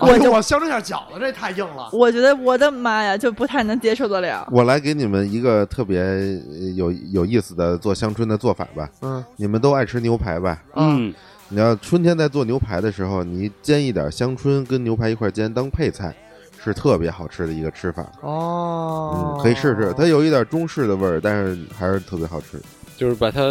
Speaker 4: 我、哎呦、我香椿馅饺子这太硬了，
Speaker 5: 我觉得我的妈呀，就不太能接受得了。
Speaker 3: 我来给你们一个特别呃有有意思的做香椿的做法吧。
Speaker 4: 嗯
Speaker 3: 你们都爱吃牛排吧？
Speaker 1: 嗯，
Speaker 3: 你要春天在做牛排的时候，你煎一点香椿跟牛排一块煎当配菜，是特别好吃的一个吃法。
Speaker 4: 哦
Speaker 3: 嗯，，可以试试，它有一点中式的味儿，但是还是特别好吃。
Speaker 1: 就是把它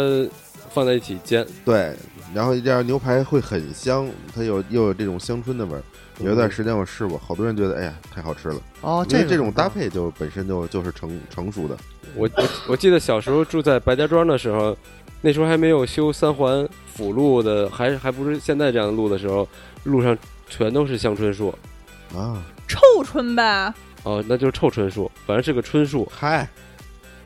Speaker 1: 放在一起煎，
Speaker 3: 对，然后这样牛排会很香，它有又有这种香椿的味儿。有一段时间我试过，好多人觉得哎呀太好吃了，
Speaker 4: 哦，
Speaker 3: 因
Speaker 4: 这
Speaker 3: 为
Speaker 4: 个
Speaker 3: 这种
Speaker 4: 很棒
Speaker 3: 搭配就本身就就是成成熟的。
Speaker 1: 我我我记得小时候住在白家庄的时候，那时候还没有修三环辅路的，还还不是现在这样的路的时候，路上全都是香椿树，
Speaker 3: 啊，。
Speaker 5: 臭椿呗，
Speaker 1: 哦，那就是臭椿树，反正是个椿树
Speaker 3: *laughs* 嗨，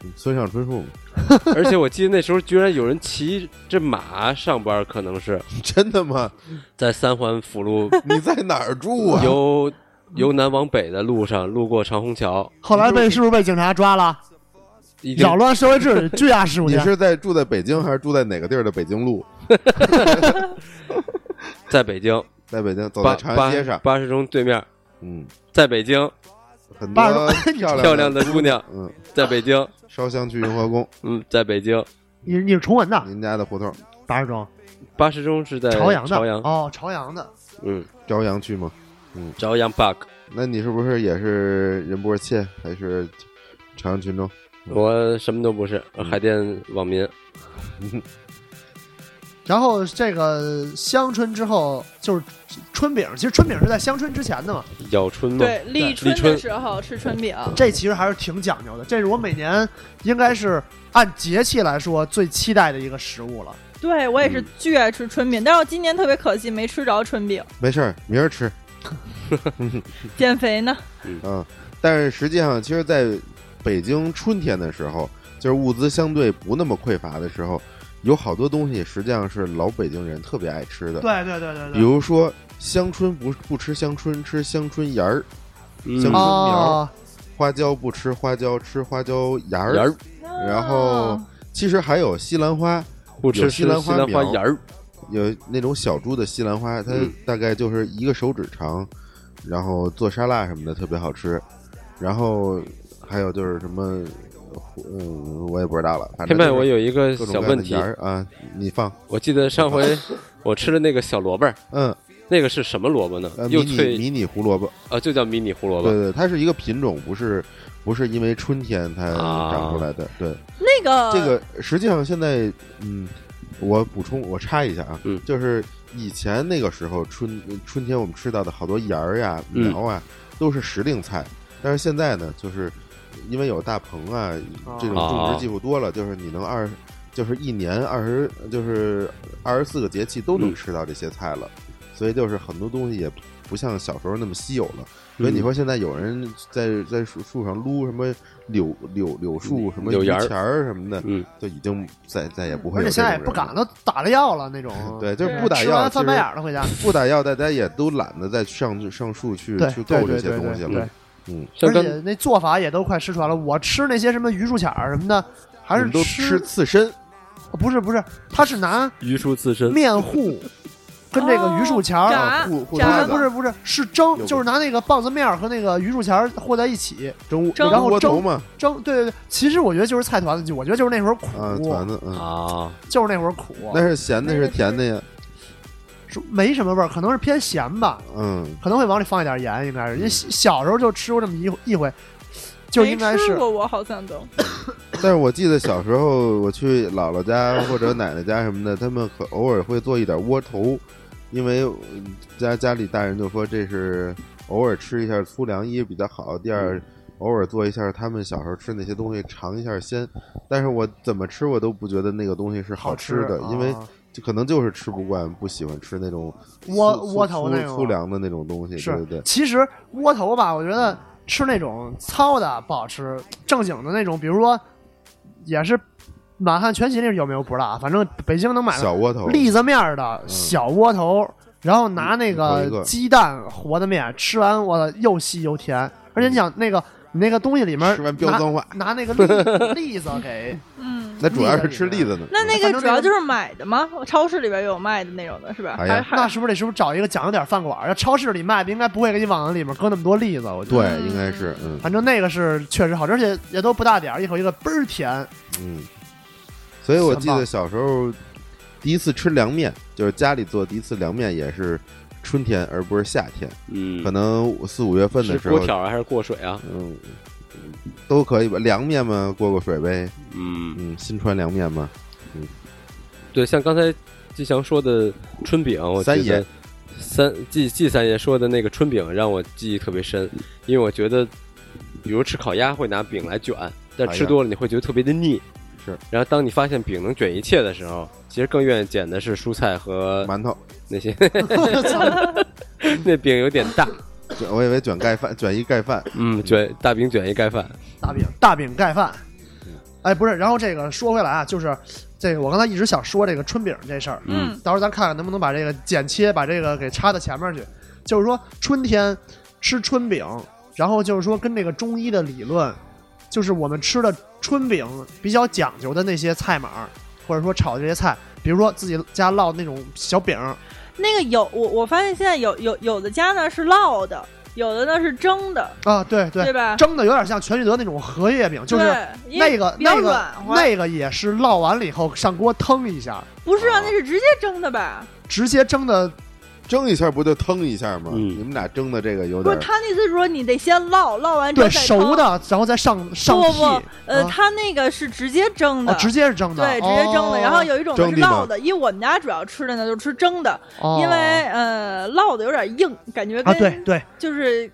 Speaker 3: 嗯村上春树嘛 *laughs*
Speaker 1: 而且我记得那时候居然有人骑着马上班，可能是
Speaker 3: 真的吗？
Speaker 1: 在三环辅
Speaker 3: *laughs*
Speaker 1: 路
Speaker 3: 你在哪儿住啊？
Speaker 1: 由由南往北的路上路过长虹桥，
Speaker 4: 后来被是不是被警察抓了？
Speaker 1: 已经
Speaker 4: 扰乱社会秩序，拘押十五
Speaker 3: 你
Speaker 4: 天。
Speaker 3: 是在住在北京还是住在哪个地儿的北京路？
Speaker 1: 在北京
Speaker 3: 在北京走
Speaker 1: 八
Speaker 3: 在长安街
Speaker 1: 八
Speaker 3: 上，
Speaker 1: 八十中对面，
Speaker 3: 嗯，
Speaker 1: 在北京
Speaker 3: 很
Speaker 4: 八十
Speaker 3: 多漂
Speaker 1: 漂亮
Speaker 3: 亮
Speaker 1: 的姑娘，
Speaker 3: 嗯，
Speaker 1: 在北京，
Speaker 3: 烧香去雍和宫，
Speaker 1: 嗯，在北京，
Speaker 4: 你你是崇文的，
Speaker 3: 您家的胡同，
Speaker 4: 八十中
Speaker 1: 八十中是在
Speaker 4: 朝阳的，
Speaker 1: 朝阳，
Speaker 4: 哦，朝阳的，
Speaker 1: 嗯，
Speaker 3: 朝阳区吗？
Speaker 1: 朝阳 bug。
Speaker 3: 那你是不是也是仁波切还是朝阳群众？
Speaker 1: 我什么都不是，海淀网民。
Speaker 4: 然后这个香椿之后就是春饼，其实春饼是在香椿之前的嘛，
Speaker 1: 咬
Speaker 4: 嗯
Speaker 1: 春吗？
Speaker 5: 对，立春的时候吃春饼，
Speaker 4: 这其实还是挺讲究的。这是我每年应该是按节气来说最期待的一个食物了。
Speaker 5: 对我也是巨爱吃春饼，但是我今年特别可惜没吃着春饼，
Speaker 3: 没事儿，明儿吃。
Speaker 5: 减肥呢。
Speaker 3: 嗯，但是实际上，其实在北京春天的时候，就是物资相对不那么匮乏的时候，有好多东西实际上是老北京人特别爱吃的。
Speaker 4: 对对对对
Speaker 3: 比如说香椿不不吃香椿，吃香椿芽儿；
Speaker 1: 嗯
Speaker 3: 香椿苗
Speaker 4: 哦，
Speaker 3: 花椒不吃花椒，吃花椒芽儿。
Speaker 1: 芽儿
Speaker 3: 然后
Speaker 5: 啊
Speaker 3: 其实还有西兰花，
Speaker 1: 不吃
Speaker 3: 有
Speaker 1: 西
Speaker 3: 西
Speaker 1: 兰
Speaker 3: 兰花
Speaker 1: 花
Speaker 3: 苗
Speaker 1: 芽儿，
Speaker 3: 有那种小株的西兰花，它
Speaker 1: 嗯
Speaker 3: 大概就是一个手指长，然后做沙拉什么的特别好吃。然后还有就是什么，嗯，我也不知道了。反
Speaker 1: 天
Speaker 3: 正
Speaker 1: 麦，
Speaker 3: 就是
Speaker 1: 我有一个
Speaker 3: 各种
Speaker 1: 小
Speaker 3: 各样
Speaker 1: 问
Speaker 3: 的
Speaker 1: 题
Speaker 3: 芽，儿啊，你放，
Speaker 1: 我记得上回我吃的那个小萝卜儿，
Speaker 3: 嗯，
Speaker 1: 那个是什么萝卜呢
Speaker 3: 呃，？迷
Speaker 1: 又
Speaker 3: 你
Speaker 1: 脆
Speaker 3: 迷你胡萝卜，
Speaker 1: 啊，就叫迷你胡萝
Speaker 3: 对
Speaker 1: 卜。
Speaker 3: 对，它是一个品种，不是不是因为春天才
Speaker 1: 啊
Speaker 3: 长出来的。对，
Speaker 5: 那个
Speaker 3: 这个实际上现在，嗯，我补充我插一下啊，
Speaker 1: 嗯
Speaker 3: 就是以前那个时候春春天我们吃到的好多芽儿呀、
Speaker 1: 嗯
Speaker 3: 苗啊，都是时令菜，但是现在呢，就是因为有大棚啊
Speaker 4: 哦
Speaker 3: 这种种
Speaker 1: 哦
Speaker 3: 植技术多了，就是你能二。就是一年二十，就是二十四个节气都能
Speaker 1: 嗯
Speaker 3: 吃到这些菜了，所以就是很多东西也不像小时候那么稀有了。
Speaker 1: 嗯
Speaker 3: 所以你说现在有人在在树树上撸什么柳柳柳树什
Speaker 1: 嗯
Speaker 3: 么
Speaker 1: 柳
Speaker 3: 榆
Speaker 1: 芽儿
Speaker 3: 钱儿什么的，
Speaker 1: 嗯，
Speaker 3: 就已经再再也不会
Speaker 4: 而
Speaker 3: 有
Speaker 4: 且
Speaker 3: 这
Speaker 4: 现
Speaker 3: 种
Speaker 4: 在也
Speaker 3: 人
Speaker 4: 不敢。了，打了药了那种。
Speaker 3: 对，就是
Speaker 5: 对
Speaker 3: 不打
Speaker 4: 吃完
Speaker 3: 药，
Speaker 4: 翻白眼儿了回家。
Speaker 3: 不打药，大家也都懒得再上上树去
Speaker 4: 对
Speaker 3: 去
Speaker 4: 对
Speaker 3: 购这
Speaker 4: 对
Speaker 3: 些
Speaker 4: 对
Speaker 3: 东西
Speaker 4: 对
Speaker 3: 了
Speaker 4: 对。
Speaker 3: 嗯，
Speaker 1: 像
Speaker 4: 而
Speaker 1: 刚
Speaker 4: 且那做法也都快失传了。我吃那些什么榆树钱儿什么的，还
Speaker 3: 我
Speaker 4: 是
Speaker 3: 们都吃刺身，
Speaker 4: 不是不是，他是拿
Speaker 1: 榆树自身，
Speaker 4: 面糊跟这个榆树钱儿。
Speaker 5: 哦
Speaker 4: 啊
Speaker 5: 炸
Speaker 3: 互互
Speaker 5: 炸
Speaker 3: 拉
Speaker 5: 的
Speaker 4: 不
Speaker 3: 的
Speaker 4: 是不是，是
Speaker 3: 有
Speaker 4: 蒸，
Speaker 3: 个
Speaker 4: 就是拿那个棒子面儿和那个榆树钱儿和在一起
Speaker 3: 蒸
Speaker 5: 蒸
Speaker 4: 然后
Speaker 3: 窝
Speaker 4: 蒸
Speaker 3: 头嘛，
Speaker 4: 蒸。对对对，其实我觉得就是菜团子，我觉得就是那会儿苦，
Speaker 3: 啊，团子，嗯，
Speaker 1: 啊，
Speaker 4: 就是那会儿苦，
Speaker 3: 那是咸的，是甜的呀，
Speaker 4: 是没什么味儿，可能是偏咸吧，
Speaker 3: 嗯，
Speaker 4: 可能会往里放一点盐，应该是。因为小小时候就吃过这么一一回，就应该
Speaker 5: 没吃
Speaker 4: 是
Speaker 5: 过，我好像都
Speaker 3: 但是我记得小时候我去姥姥家或者奶奶家什么的，他们可偶尔会做一点窝头，因为嗯家家里大人就说这是偶尔吃一下粗粮，一比较好，第
Speaker 4: 嗯
Speaker 3: 二偶尔做一下他们小时候吃那些东西尝一下鲜。但是我怎么吃我都不觉得那个东西是好吃的，因为
Speaker 4: 啊
Speaker 3: 就可能就是吃不惯，不喜欢吃那种
Speaker 4: 窝
Speaker 3: 粗
Speaker 4: 窝头
Speaker 3: 粗
Speaker 4: 那种
Speaker 3: 粗粮的那种东西，对
Speaker 4: 是
Speaker 3: 对嗯对，
Speaker 4: 其实窝头吧，我觉得吃那种糙的不好吃，正经的那种，比如说也是满汉全席那是有没有不知道啊，反正北京能买到
Speaker 3: 小窝头，
Speaker 4: 栗子面儿的小窝头，然后拿
Speaker 3: 嗯
Speaker 4: 那
Speaker 3: 一口一个
Speaker 4: 个鸡蛋和的面，吃完我又细又甜，而且你想那个你那个东西里面
Speaker 3: 吃完飙脏话
Speaker 4: *laughs*
Speaker 3: *laughs*
Speaker 4: 拿拿那个栗栗子给
Speaker 5: 嗯
Speaker 3: 那主要是吃栗子呢。
Speaker 5: 那那
Speaker 4: 嗯反正
Speaker 5: 个
Speaker 4: 那
Speaker 5: 主要
Speaker 4: 个嗯
Speaker 5: 就是买的吗？超市里边有卖的那种的是吧？
Speaker 3: 哎呀
Speaker 5: 还还
Speaker 4: 那是不是得是不是找一个讲究点儿饭馆儿？要超市里卖的，应该不会给你往里面搁那么多栗子。我觉得，
Speaker 3: 对，应该是，嗯
Speaker 4: 反正那个是确实好吃，而且也都不大点儿，一口一个倍儿甜。 *laughs*
Speaker 3: 嗯。所以我记
Speaker 4: 行
Speaker 3: 得
Speaker 4: 吧
Speaker 3: 小时候第一次吃凉面，就是家里做第一次凉面也是春天，而不是夏天。
Speaker 1: 嗯
Speaker 3: 可，能四五月份的
Speaker 1: 是
Speaker 3: 时候
Speaker 1: 锅，条啊还是过水啊？
Speaker 3: 嗯，都可以吧。凉面嘛，过过水呗。
Speaker 1: 嗯，
Speaker 3: 嗯，新川凉面嘛，
Speaker 1: 对，像刚才吉祥说的春饼，我觉
Speaker 3: 三爷
Speaker 1: 得三季季三爷说的那个春饼让我记忆特别深，因为我觉得，比如吃烤鸭会拿饼来卷，但
Speaker 3: 哎呀
Speaker 1: 吃多了你会觉得特别的腻。
Speaker 3: 是，
Speaker 1: 然后当你发现饼能卷一切的时候，其实更愿意捡的是蔬菜和
Speaker 3: 馒头。
Speaker 1: 那些， *laughs* 那饼有点大，
Speaker 3: 卷我以为卷盖饭，卷一盖饭。
Speaker 1: 嗯，卷大饼卷一盖饭，
Speaker 4: 大饼大饼盖饭。哎，不是，然后这个说回来啊，就是这个我刚才一直想说这个春饼这事儿，
Speaker 5: 嗯
Speaker 4: 到时候咱看看能不能把这个剪切把这个给插到前面去。就是说春天吃春饼，然后就是说跟这个中医的理论，就是我们吃的春饼比较讲究的那些菜码儿，或者说炒的这些菜，比如说自己家烙那种小饼儿，
Speaker 5: 那个有我我发现现在有有有的家呢是烙的，有的呢是蒸的，
Speaker 4: 啊，对对，
Speaker 5: 对吧？
Speaker 4: 蒸的有点像全聚德那种荷叶饼，就是
Speaker 5: 对因为
Speaker 4: 那个
Speaker 5: 比较
Speaker 4: 那个
Speaker 5: 软和
Speaker 4: 那个也是烙完了以后上锅腾一下，
Speaker 5: 不是啊，那是直接蒸的吧？
Speaker 4: 直接蒸的
Speaker 3: 蒸一下不就腾一下吗？
Speaker 1: 嗯
Speaker 3: 你们俩蒸的这个有
Speaker 5: 不
Speaker 3: 点
Speaker 5: 是，他那意思是说你得先烙，烙完之后
Speaker 4: 对
Speaker 5: 再
Speaker 4: 熟
Speaker 5: 蒸。
Speaker 4: 的，然后再上上
Speaker 5: 不不
Speaker 4: 屉
Speaker 5: 不，，呃，
Speaker 4: 啊
Speaker 5: 他那个是直接蒸的，
Speaker 4: 哦直接是蒸的，哦
Speaker 5: 对，直接蒸的。然后有一种呢
Speaker 3: 蒸
Speaker 5: 是
Speaker 3: 的吗
Speaker 5: 烙的，因为我们家主要吃的呢就是吃蒸的，
Speaker 4: 哦
Speaker 5: 因为呃烙的有点硬，感觉
Speaker 4: 啊
Speaker 5: 跟
Speaker 4: 对对
Speaker 5: 就是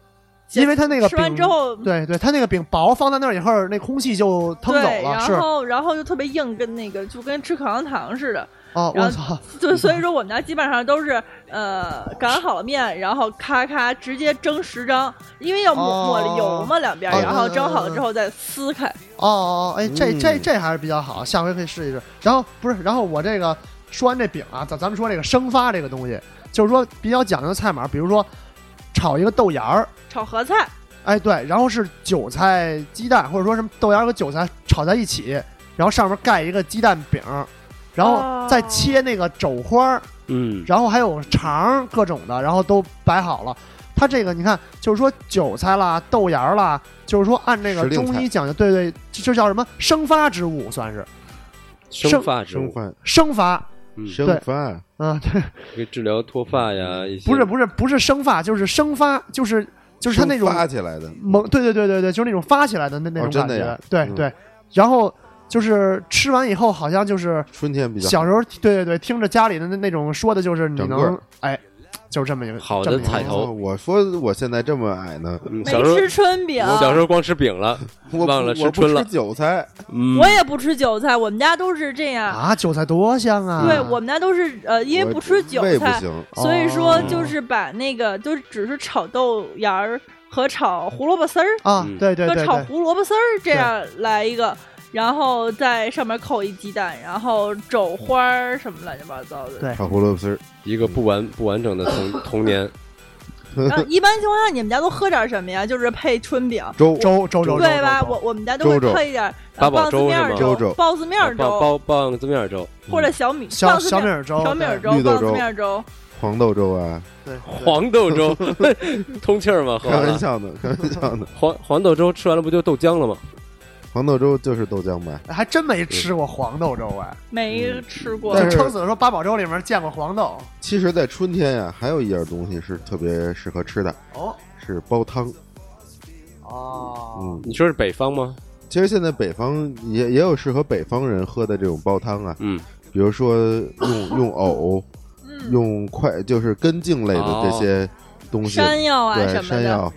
Speaker 4: 因为它那个
Speaker 5: 吃完
Speaker 4: 饼
Speaker 5: 之后
Speaker 4: 对对，它那个饼薄放在那儿以后，那空气就腾走
Speaker 5: 对，
Speaker 4: 了，是
Speaker 5: 然后然后就特别硬，跟那个就跟吃口香糖似的。
Speaker 4: 哦，
Speaker 5: 然
Speaker 4: 我
Speaker 5: 后
Speaker 4: 操，
Speaker 5: *laughs* 对，所以说我们家基本上都是呃擀好了面，然后咔咔直接蒸十张，因为要抹、
Speaker 3: 哦
Speaker 5: 抹了油嘛两边，
Speaker 4: 哦
Speaker 5: 然后蒸好了之后再撕开。
Speaker 4: 哦哦，哎，这这
Speaker 3: 嗯
Speaker 4: 这还是比较好，下回可以试一试。然后不是，然后我这个说完这饼啊，咱咱们说这个生发这个东西，就是说比较讲究的菜码，比如说炒一个豆芽儿，
Speaker 5: 炒合菜，
Speaker 4: 哎对，然后是韭菜鸡蛋，或者说什么豆芽儿和韭菜炒在一起，然后上面盖一个鸡蛋饼儿，然后再
Speaker 5: 哦
Speaker 4: 切那个肘花儿，
Speaker 1: 嗯，
Speaker 4: 然后还有肠儿各种的，然后都摆好了。它这个你看，就是说韭菜啦、豆芽儿啦，就是说按这个
Speaker 3: 时令
Speaker 4: 中医讲究，对对，这这叫什么生发之物，算是
Speaker 1: 生发之
Speaker 3: 生
Speaker 1: 物，
Speaker 3: 饭，
Speaker 4: 生发。
Speaker 1: 嗯
Speaker 3: 生饭，
Speaker 4: 嗯，对，
Speaker 1: 可以治疗脱发呀，一些
Speaker 4: 不是不是不是生发，就是生发，就是就是它那种
Speaker 3: 生发起来的。嗯
Speaker 4: 猛，对对对对对，就是那种发起来的那那
Speaker 3: 哦
Speaker 4: 种
Speaker 3: 真
Speaker 4: 感
Speaker 3: 的
Speaker 4: 觉，
Speaker 3: 呀
Speaker 4: 对
Speaker 3: 嗯
Speaker 4: 对。然后就是吃完以后，好像就是
Speaker 3: 春天比较
Speaker 4: 小时候，对对对，听着家里的那那种说的，就是你
Speaker 3: 整个
Speaker 4: 能哎，就是这么一个
Speaker 1: 好的
Speaker 4: 这么一个
Speaker 1: 彩头
Speaker 3: 哦我说我现在这么矮呢，
Speaker 1: 嗯
Speaker 5: 没
Speaker 1: 小时候
Speaker 5: 吃春饼。
Speaker 1: 小时候光吃饼了，
Speaker 3: 我不
Speaker 1: 忘了吃
Speaker 3: 我不
Speaker 1: 春了
Speaker 3: 吃韭菜，
Speaker 1: 嗯
Speaker 5: 我，也不吃韭菜，我们家都是这样。
Speaker 4: 啊，韭菜多香啊！
Speaker 5: 对我们家都是呃，因
Speaker 3: 我
Speaker 5: 为不吃韭
Speaker 3: 胃不
Speaker 5: 菜，
Speaker 3: 行。
Speaker 5: 所以说
Speaker 4: 哦
Speaker 5: 就是把那个就是只是炒豆芽儿和炒胡萝卜丝儿，
Speaker 4: 啊，
Speaker 1: 嗯
Speaker 4: 对对
Speaker 5: 和
Speaker 4: 对
Speaker 5: 炒
Speaker 4: 对，
Speaker 5: 胡萝卜丝儿这样来一个，然后在上面扣一鸡蛋，然后肘花儿什么乱七八糟的。
Speaker 4: 对
Speaker 3: 炒胡萝卜丝儿，
Speaker 1: 一个不完不完整的童童年，
Speaker 5: 然后一般情况下，你们家都喝点什么呀？就是配春饼，
Speaker 3: 粥
Speaker 4: 周周周
Speaker 5: 对吧？我我们家都
Speaker 3: 粥
Speaker 5: 会
Speaker 3: 粥
Speaker 5: 配一点
Speaker 1: 八
Speaker 5: 呃
Speaker 1: 宝
Speaker 5: 棒
Speaker 1: 粥
Speaker 5: 子面
Speaker 1: 是
Speaker 5: 儿
Speaker 1: 吗啊
Speaker 3: 粥粥
Speaker 5: 包子面儿
Speaker 1: 呃包
Speaker 5: 粥
Speaker 1: 包嗯棒子面儿粥，
Speaker 5: 或者小米
Speaker 4: 小
Speaker 5: 棒子
Speaker 4: 小米
Speaker 5: 面
Speaker 4: 儿粥，
Speaker 5: 小米儿粥、
Speaker 3: 绿豆
Speaker 5: 棒子
Speaker 3: 粥
Speaker 5: 面儿粥。
Speaker 3: 黄豆粥啊，
Speaker 4: 对，对
Speaker 1: *laughs* 黄豆粥，通气儿吗？喝
Speaker 3: 开
Speaker 1: 完
Speaker 3: 玩
Speaker 1: 了
Speaker 3: 笑呢，开玩笑呢。
Speaker 1: 黄黄豆粥吃完了不就豆浆了吗？
Speaker 3: 黄豆粥就是豆浆吧？
Speaker 4: 对还真没吃过黄豆粥哎，
Speaker 5: 没吃过
Speaker 3: 嗯但
Speaker 4: 就是撑死了说八宝粥里面见过黄豆
Speaker 3: 其实，在春天呀、还有一样东西是特别适合吃的，
Speaker 4: 哦
Speaker 3: 是煲汤。
Speaker 4: 哦，
Speaker 3: 嗯，
Speaker 1: 你说是北方吗？
Speaker 3: 其实现在北方也也有适合北方人喝的这种煲汤啊，
Speaker 1: 嗯，
Speaker 3: 比如说用用藕，
Speaker 5: 嗯
Speaker 3: 用块就是根茎类的
Speaker 1: 哦
Speaker 3: 这些东西，
Speaker 5: 山药啊
Speaker 3: 对
Speaker 5: 什么
Speaker 3: 山
Speaker 5: 的，
Speaker 3: 药，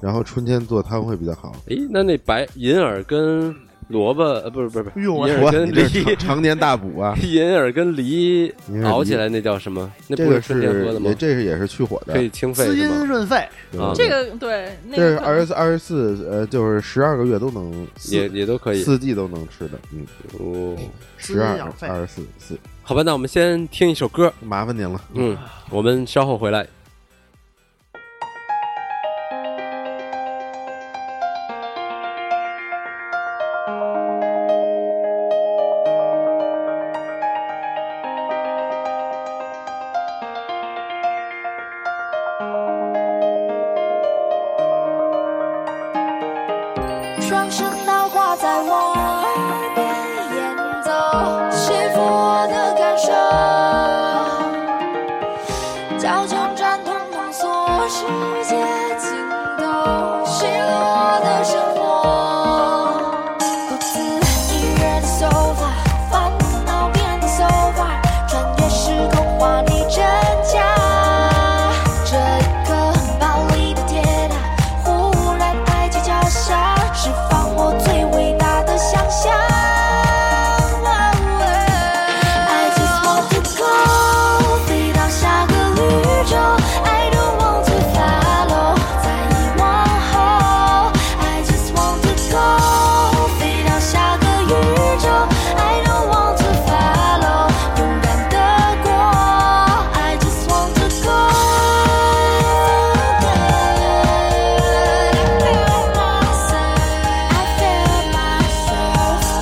Speaker 3: 然后春天做汤会比较好。
Speaker 1: 诶，那那白银耳跟萝卜，呃，不是不是不
Speaker 4: 哎
Speaker 1: 是，
Speaker 4: 呦我
Speaker 1: 银
Speaker 3: 哇，
Speaker 1: 耳
Speaker 3: 你
Speaker 1: 跟
Speaker 3: 这常
Speaker 1: 梨，
Speaker 3: 常年大补啊！
Speaker 1: 银耳跟梨
Speaker 3: 银耳梨
Speaker 1: 熬起来那叫什么？那
Speaker 3: 这
Speaker 1: 不
Speaker 3: 个
Speaker 1: 春天喝的吗
Speaker 3: 也？这是也是去火的，
Speaker 1: 可以清肺
Speaker 4: 滋
Speaker 1: 是
Speaker 4: 阴
Speaker 1: 吗？
Speaker 4: 润肺，
Speaker 3: 对
Speaker 1: 啊
Speaker 5: 这个对，那
Speaker 3: 这
Speaker 5: 个
Speaker 3: 是
Speaker 5: 可
Speaker 3: 二
Speaker 5: 能
Speaker 3: 十四二十四呃，就是十二个月都能四
Speaker 1: 也也都可以。
Speaker 3: 四季都能吃的，嗯，
Speaker 1: 哦，
Speaker 3: 十
Speaker 4: 滋阴
Speaker 3: 二
Speaker 4: 养肺。
Speaker 3: 二十四四，
Speaker 1: 好吧，那我们先听一首歌，
Speaker 3: 麻烦您了。
Speaker 1: 嗯，我们稍后回来。
Speaker 5: 《
Speaker 6: 双声道挂在我耳边演奏，欺负我的感受。交枪战统统锁世界尽头，吸了我的生活。独自一人的 sofa，烦恼变得 sofa，穿越时空画你真假。这一刻很暴力的铁塔，忽然爱就脚下，释放我最伟大的想象。I just want to go，飞到下个宇宙。I don't want to follow，在遗忘后。I just want to go，飞到下个宇宙。I don't want to follow，勇敢的过。I just want to go。I feel myself.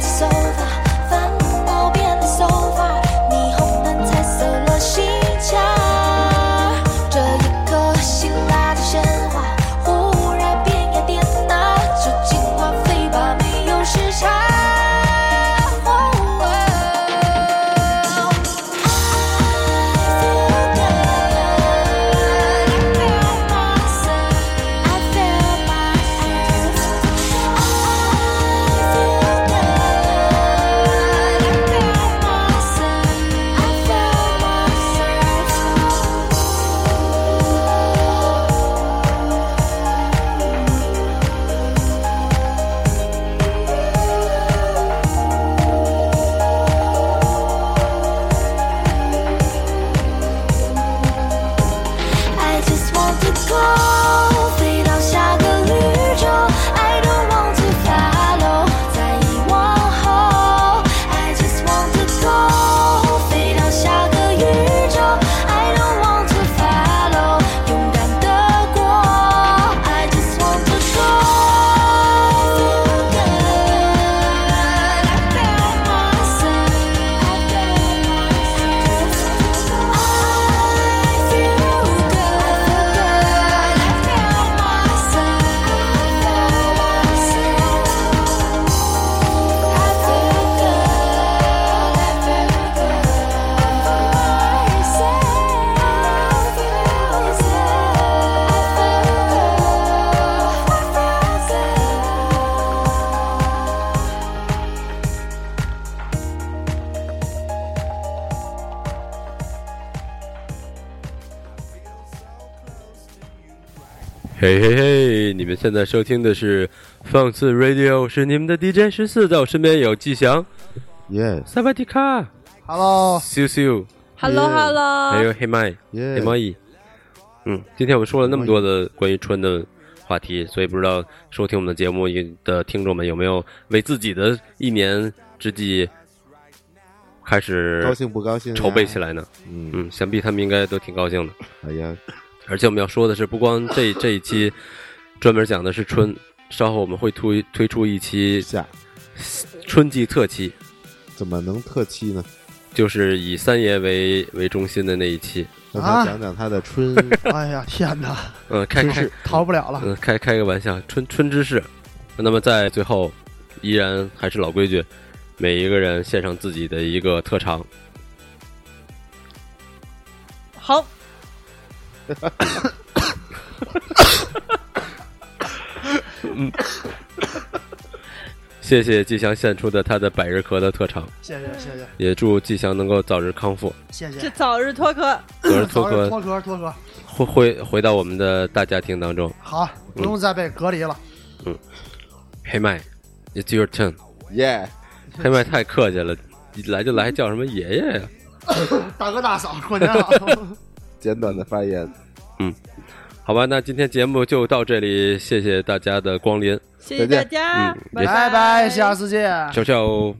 Speaker 6: Sofa，烦恼变得 sofa，霓虹灯彩色了心墙。这一刻，希腊的神话忽然变呀变呐，酒精花费吧，没有时差。I just want to go，飞到下个宇宙。I don't want to follow，在遗忘后。I just want to go，飞到下个宇宙。I don't want to follow，勇敢的过。I just want to go。
Speaker 1: 嘿嘿嘿！你们现在收听的是放肆 Radio，是你们的 DJ 十四，在我身边有季翔、
Speaker 3: Yes，
Speaker 1: 萨瓦迪卡、 *laughs*
Speaker 4: Hello，
Speaker 1: 咻咻，
Speaker 5: Hello
Speaker 1: 还
Speaker 5: Hello，
Speaker 1: 有黑麦、
Speaker 3: 耶
Speaker 1: 黑蚂蚁。嗯，今天我们说了那么多的关于春的话题，所以不知道收听我们的节目的听众们有没有为自己的一年之计开
Speaker 3: 高
Speaker 1: 始
Speaker 3: 兴不高兴啊？
Speaker 1: 筹备起来呢？
Speaker 3: 嗯，
Speaker 1: 嗯，想必他们应该都挺高兴的。
Speaker 3: 哎呀，
Speaker 1: 而且我们要说的是，不光这这一期专门讲的是春，稍后我们会推推出一期
Speaker 3: 下
Speaker 1: 春季特期，
Speaker 3: 怎么能特期呢？
Speaker 1: 就是以三爷为为中心的那一期。
Speaker 3: 让他
Speaker 4: 啊
Speaker 3: 讲讲他的
Speaker 1: *laughs*
Speaker 3: 春
Speaker 4: 哎呀天哪，
Speaker 1: 嗯，开开
Speaker 4: 逃不了了。
Speaker 1: 嗯，开开个玩笑，春春之事。那么在最后，依然还是老规矩，每一个人献上自己的一个特长。
Speaker 5: 好，
Speaker 1: 谢谢季翔献出的他的百日咳的特长，
Speaker 4: 谢谢谢谢
Speaker 1: 也祝季翔能够早日康复，
Speaker 4: 谢
Speaker 5: 这
Speaker 4: 谢，
Speaker 5: 早日脱壳。
Speaker 1: 早
Speaker 4: *coughs*
Speaker 1: 日脱
Speaker 4: 早日
Speaker 1: 壳，
Speaker 4: 脱壳脱壳，
Speaker 1: 回回回到我们的大家庭当中。
Speaker 4: 好，
Speaker 1: 嗯
Speaker 4: 不用再被隔离了。
Speaker 1: 黑麦，It's your
Speaker 4: *laughs*
Speaker 1: turn。
Speaker 3: 耶，
Speaker 1: 黑麦太客气了，一来就来，叫什么爷爷呀？
Speaker 4: *laughs* 大哥大嫂，过年好！
Speaker 3: 简短的发言，
Speaker 1: 好吧，那今天节目就到这里，谢谢大家的光临，
Speaker 5: 谢谢大
Speaker 3: 再见
Speaker 5: 家
Speaker 1: 嗯， *laughs*
Speaker 5: 拜
Speaker 4: 拜拜，下次见。
Speaker 1: 悄悄。